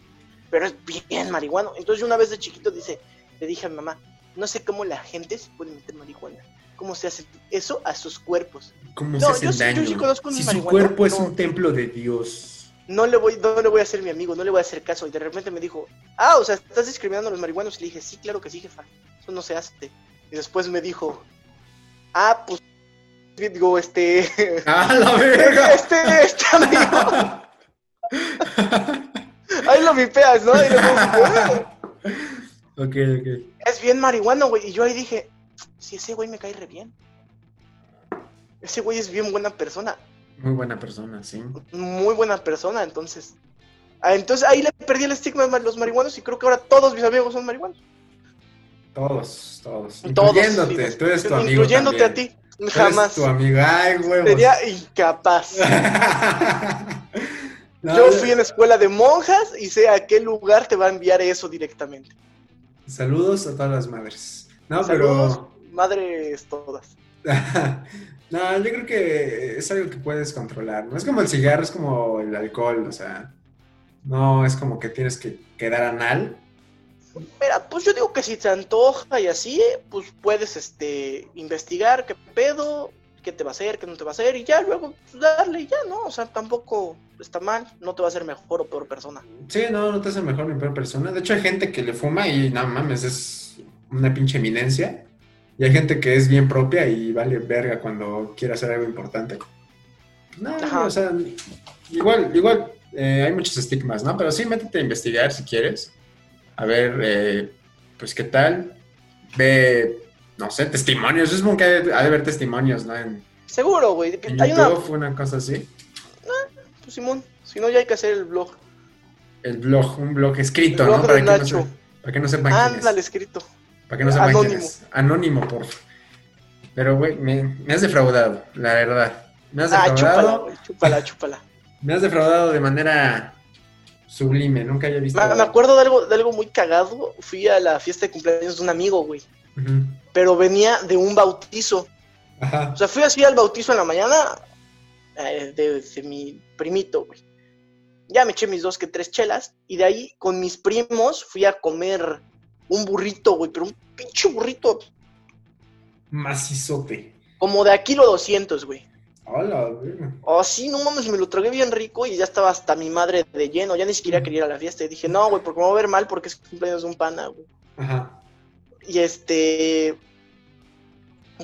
pero es bien marihuano. Entonces yo una vez de chiquito dice, le dije a mi mamá, no sé cómo la gente se puede meter marihuana, cómo se hace eso a sus cuerpos.
¿Cómo
No,
se hace
yo sí-
daño?
yo sí conozco un
si su
marihuana,
cuerpo es
no.
un templo de Dios.
No le, voy, no le voy a hacer mi amigo, no le voy a hacer caso. Y de repente me dijo, ah, o sea, estás discriminando a los marihuanos. Y le dije, sí, claro que sí, jefa, eso no se hace. Y después me dijo, ah, pues, digo, este...
¡Ah, la verga!
Este, este amigo. Ahí lo vipeas, ¿no? Ahí lo pongo.
ok, ok.
es bien marihuano, güey. Y yo ahí dije, si ese güey me cae re bien. Ese güey es bien buena persona.
Muy buena persona, sí.
Muy buena persona, entonces. Ah, entonces ahí le perdí el estigma de los marihuanos y creo que ahora todos mis amigos son marihuanos.
Todos, todos.
Todos.
Incluyéndote,
digo,
tú eres tu amigo.
Incluyéndote
también.
a ti.
Tú eres
Jamás.
tu amiga. Ay, huevos.
Sería incapaz.
No,
Yo fui en la escuela de monjas y sé a qué lugar te va a enviar eso directamente.
Saludos a todas las madres. No,
Saludos,
Ah, pero.
madres todas.
no, yo creo que es algo que puedes controlar. No es como el cigarro, es como el alcohol, o sea. No es como que tienes que quedar anal.
Mira, pues yo digo que si te antoja y así, pues puedes este investigar qué pedo, qué te va a hacer, qué no te va a hacer, y ya luego pues, darle y ya, ¿no? O sea, tampoco está mal, no te va a hacer mejor o peor persona.
Sí, no, no te hace mejor ni peor persona. De hecho, hay gente que le fuma y no mames, es una pinche eminencia. Y hay gente que es bien propia y vale verga cuando quiere hacer algo importante. No,
Ajá.
o sea, igual, igual eh, hay muchos estigmas, ¿no? Pero sí, métete a investigar si quieres. A ver, eh, pues qué tal. Ve, no sé, testimonios. Es como que hay- ha de haber testimonios, ¿no? En,
Seguro, güey, que
en
hay una,
YouTube, una cosa así.
pues, Simón, si no ya hay que hacer el blog.
El blog, un blog escrito,
El blog
¿no?
de
Para que no,
Nacho.
se- para que no sepan quién es.
Ándale escrito.
Para que no sepan
Anónimo.
quién es. Anónimo, por favor. Pero, güey, me, me has defraudado, la verdad. Me has
Ah, chúpala,
defraudado.
güey, chúpala, chúpala.
me has defraudado de manera sublime. Nunca había visto.
Me, me acuerdo de algo, de algo muy cagado, fui a la fiesta de cumpleaños de un amigo, güey,
Ujú.
pero venía de un bautizo.
Ajá.
O sea, fui así al bautizo en la mañana eh, de, de mi primito, güey. Ya me eché mis dos que tres chelas y de ahí con mis primos fui a comer un burrito, güey, pero un pinche burrito
Macizote.
como de a kilo 200, güey.
Hola, güey.
Oh, sí, no mames, me lo tragué bien rico y ya estaba hasta mi madre de lleno, ya ni siquiera quería ir a la fiesta. Y dije, no, güey, porque me voy a ver mal porque es cumpleaños de un pana, güey.
Ajá.
Y este.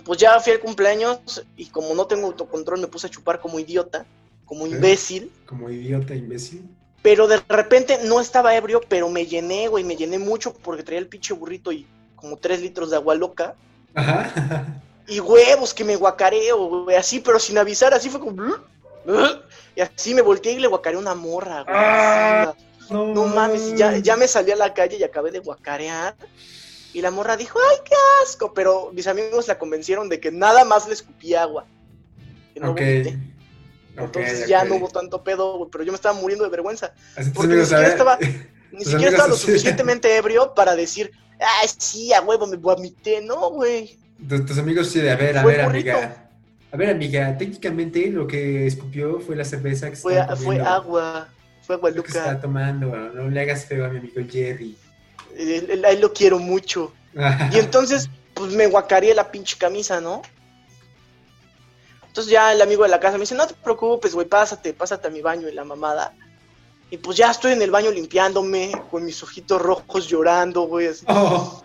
Pues ya fui al cumpleaños y como no tengo autocontrol me puse a chupar como idiota, como
Ok.
imbécil.
Como idiota, imbécil.
Pero de repente no estaba ebrio, pero me llené, güey, me llené mucho porque traía el pinche burrito y como tres litros de agua loca.
Ajá.
Y huevos que me guacareo, güey, así, pero sin avisar, así fue como... "Blu, blu", Y así me volteé y le guacareé una morra, güey.
Ah.
No mames, ya, ya me salí a la calle y acabé de guacarear. Y la morra dijo, ay, qué asco. Pero mis amigos la convencieron de que nada más le escupí agua. Que no
Ok.
vomité.
Ok,
Entonces ya
ok.
no hubo tanto pedo, güey, pero yo me estaba muriendo de vergüenza.
Así tus
porque
amigos
ni siquiera
saben-
Ni
Tus
siquiera
amigos
estaba lo
así.
suficientemente ebrio para decir, ay, sí, a huevo, me vomité, no, güey.
Tus, tus amigos sí de, a ver, a
Fue
ver,
burrito.
amiga. A ver, amiga, técnicamente lo que escupió fue la cerveza que
Fue,
estaba
fue
comiendo,
agua, fue agua
lo que estaba
loca.
tomando. No le hagas feo a mi amigo Jerry.
Eh, Él- él- A él lo quiero mucho. Y entonces, pues me guacareé la pinche camisa, ¿no? Entonces ya el amigo de la casa me dice, no te preocupes, güey, pásate, pásate a mi baño y la mamada. Y pues ya estoy en el baño limpiándome, con mis ojitos rojos llorando, güey, así.
Oh,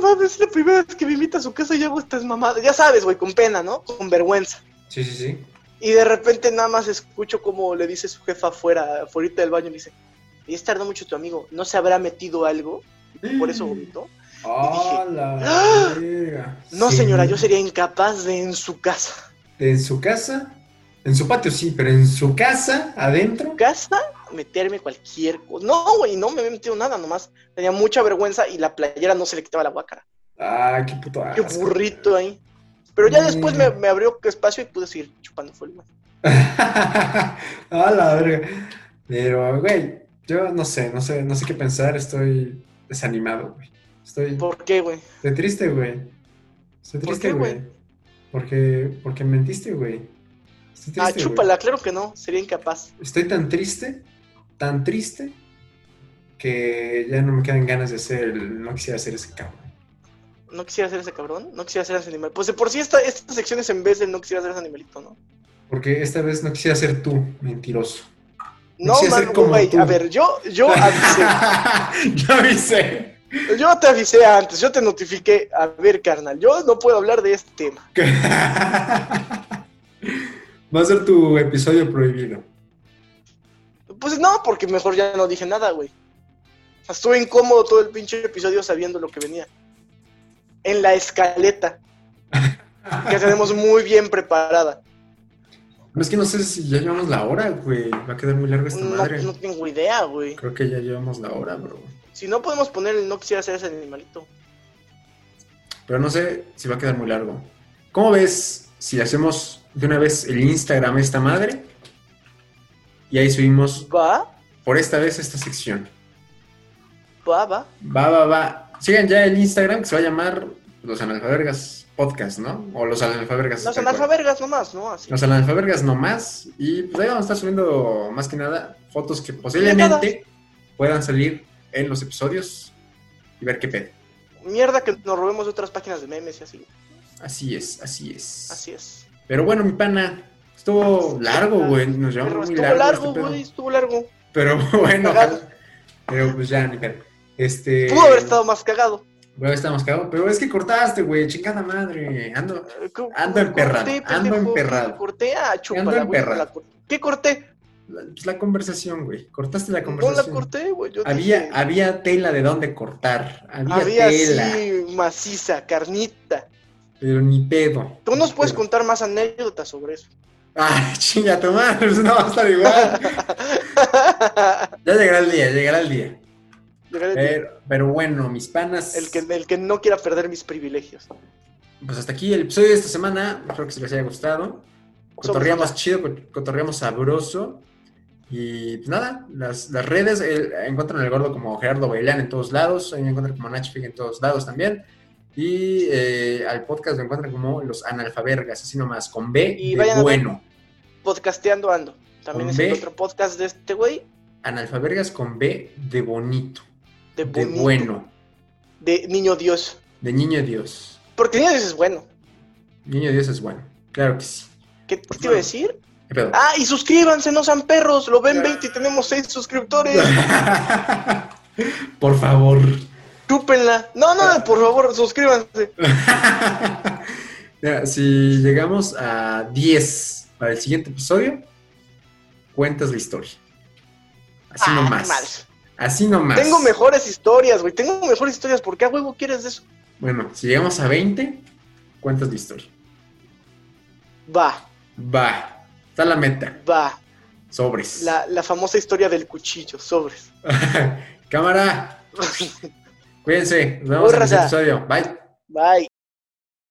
No mames, es la primera vez que me invita a su casa y hago estas mamadas. Ya sabes, güey, con pena, ¿no? Con vergüenza.
sí, sí, sí.
Y de repente nada más escucho como le dice su jefa afuera, afuera del baño, le dice, y es tardó mucho tu amigo, ¿no se habrá metido algo? Por eso vomitó.
Oh, la
¡Ah!
verga.
No,
Sí.
señora, yo sería incapaz de en su casa.
En su casa, en su patio sí, pero en su casa, adentro.
casa meterme cualquier cosa. No, güey, no me había metido nada nomás. Tenía mucha vergüenza y la playera no se le quitaba la guácara.
Ah, qué puto
Qué
asco.
burrito ahí. Pero ya
Mm.
después me, me abrió espacio y pude seguir chupando folio.
A la verga. Pero, güey, yo no sé, no sé, no sé qué pensar. Estoy desanimado, güey. Estoy,
¿Por qué, güey?
estoy triste, güey. Estoy
¿Por
triste,
qué, güey?
güey. Porque, porque mentiste, güey. Estoy
Ah,
triste, güey.
chúpala, claro que no, sería incapaz.
Estoy tan triste, tan triste, que ya no me quedan ganas de hacer, el- no quisiera hacer ese cabrón.
No quisiera ser ese cabrón, no quisiera ser ese animal. Pues de por sí esta, esta sección es en vez de no quisiera ser ese animalito, ¿no?
Porque esta vez no quisiera ser tú, mentiroso.
No,
quisiera ser
man,
como
güey,
tú.
a ver, yo, yo avisé,
Yo avisé.
yo te avisé antes, yo te notifiqué, a ver, carnal, yo no puedo hablar de este tema.
Va a ser tu episodio prohibido.
Pues no, porque mejor ya no dije nada, güey. O sea, Estuve incómodo todo el pinche episodio sabiendo lo que venía. En la escaleta, que tenemos muy bien preparada.
Es que no sé si ya llevamos la hora, güey. Va a quedar muy larga esta
No,
Pues madre.
no tengo idea, güey.
Creo que ya llevamos la hora, bro.
Si no podemos poner el no quisiera ser ese animalito.
Pero no sé si va a quedar muy largo. ¿Cómo ves si hacemos de una vez el Instagram a esta madre? Y ahí subimos
Va,
por esta vez esta sección.
va, va.
Va, va, va. Sigan ya el Instagram que se va a llamar Los Analfabergas Podcast, ¿no? O Los Analfabergas.
Los
tal cual.
analfabergas nomás, ¿no? Así.
Los Analfabergas nomás. Y pues ahí vamos a estar subiendo más que nada fotos que posiblemente puedan salir en los episodios y ver qué pedo.
Mierda que nos robemos de otras páginas de memes y así.
Así es, así es.
Así es.
Pero bueno, mi pana, estuvo largo, güey. Nos llevamos
Pero
muy
estuvo
largo.
largo,
este pedo.
güey, estuvo largo.
Pero bueno,
Cagado.
pero pues ya, ni pedo. Este.
Pudo haber estado más cagado.
Güey, estamos cagados. Pero es que cortaste, güey. Chingada madre. Ando. Ando emperrado,
Corté,
ando
pendejo,
emperrado.
¿qué Corté a
Ando
chúpala, güey.
emperrado.
la cor- ¿Qué corté?
La, pues la conversación, güey. Cortaste la
No la
conversación.
corté, güey. yo
había,
dije,
había tela de dónde cortar. Había,
había
tela.
así maciza, carnita.
Pero ni pedo.
Tú nos puedes
Pero-
contar más anécdotas sobre eso.
Ah, chinga tu madre. pues no va a estar igual. ya llegará el día, llegará el día. Pero, pero bueno, mis panas.
El que, el que no quiera perder mis privilegios.
Pues hasta aquí el episodio de esta semana. Espero que se les haya gustado.
Pues,
Cotorreamos chido, co- cotorreamos sabroso. Y pues nada, las, las redes el- encuentran al gordo como Gerardo Bailán en todos lados. Ahí me encuentran como Nachfig en todos lados también. Y eh, al podcast lo encuentran como Los Analfabergas, así nomás, con B
Y
de
vayan a-
bueno.
Podcasteando ando. También es el
Ve.
otro podcast de este güey.
Analfabergas con B de bonito.
De,
De
bonito,
bueno.
De niño Dios.
De niño Dios.
Porque niño Dios es bueno.
Niño Dios es bueno. Claro que sí.
¿Qué, qué te iba a decir?
¿Qué pedo?
Ah, y suscríbanse, no sean perros. Lo ven 20 y tenemos 6 suscriptores.
Por favor.
Chúpenla. No, no, por favor, suscríbanse.
Mira, si llegamos a 10 para el siguiente episodio, cuentas la historia.
Ah,
Así
qué
nomás.
madres.
Así nomás.
Tengo mejores historias, güey. Tengo mejores historias. ¿Por qué a huevo quieres de eso?
Bueno, si llegamos a 20, cuentas la historia.
Va,
Va. Está la meta.
va.
Sobres.
La, la famosa historia del cuchillo, sobres.
Cámara. Cuídense. Nos vemos
Uy,
en el
raza.
episodio. Bye.
Bye.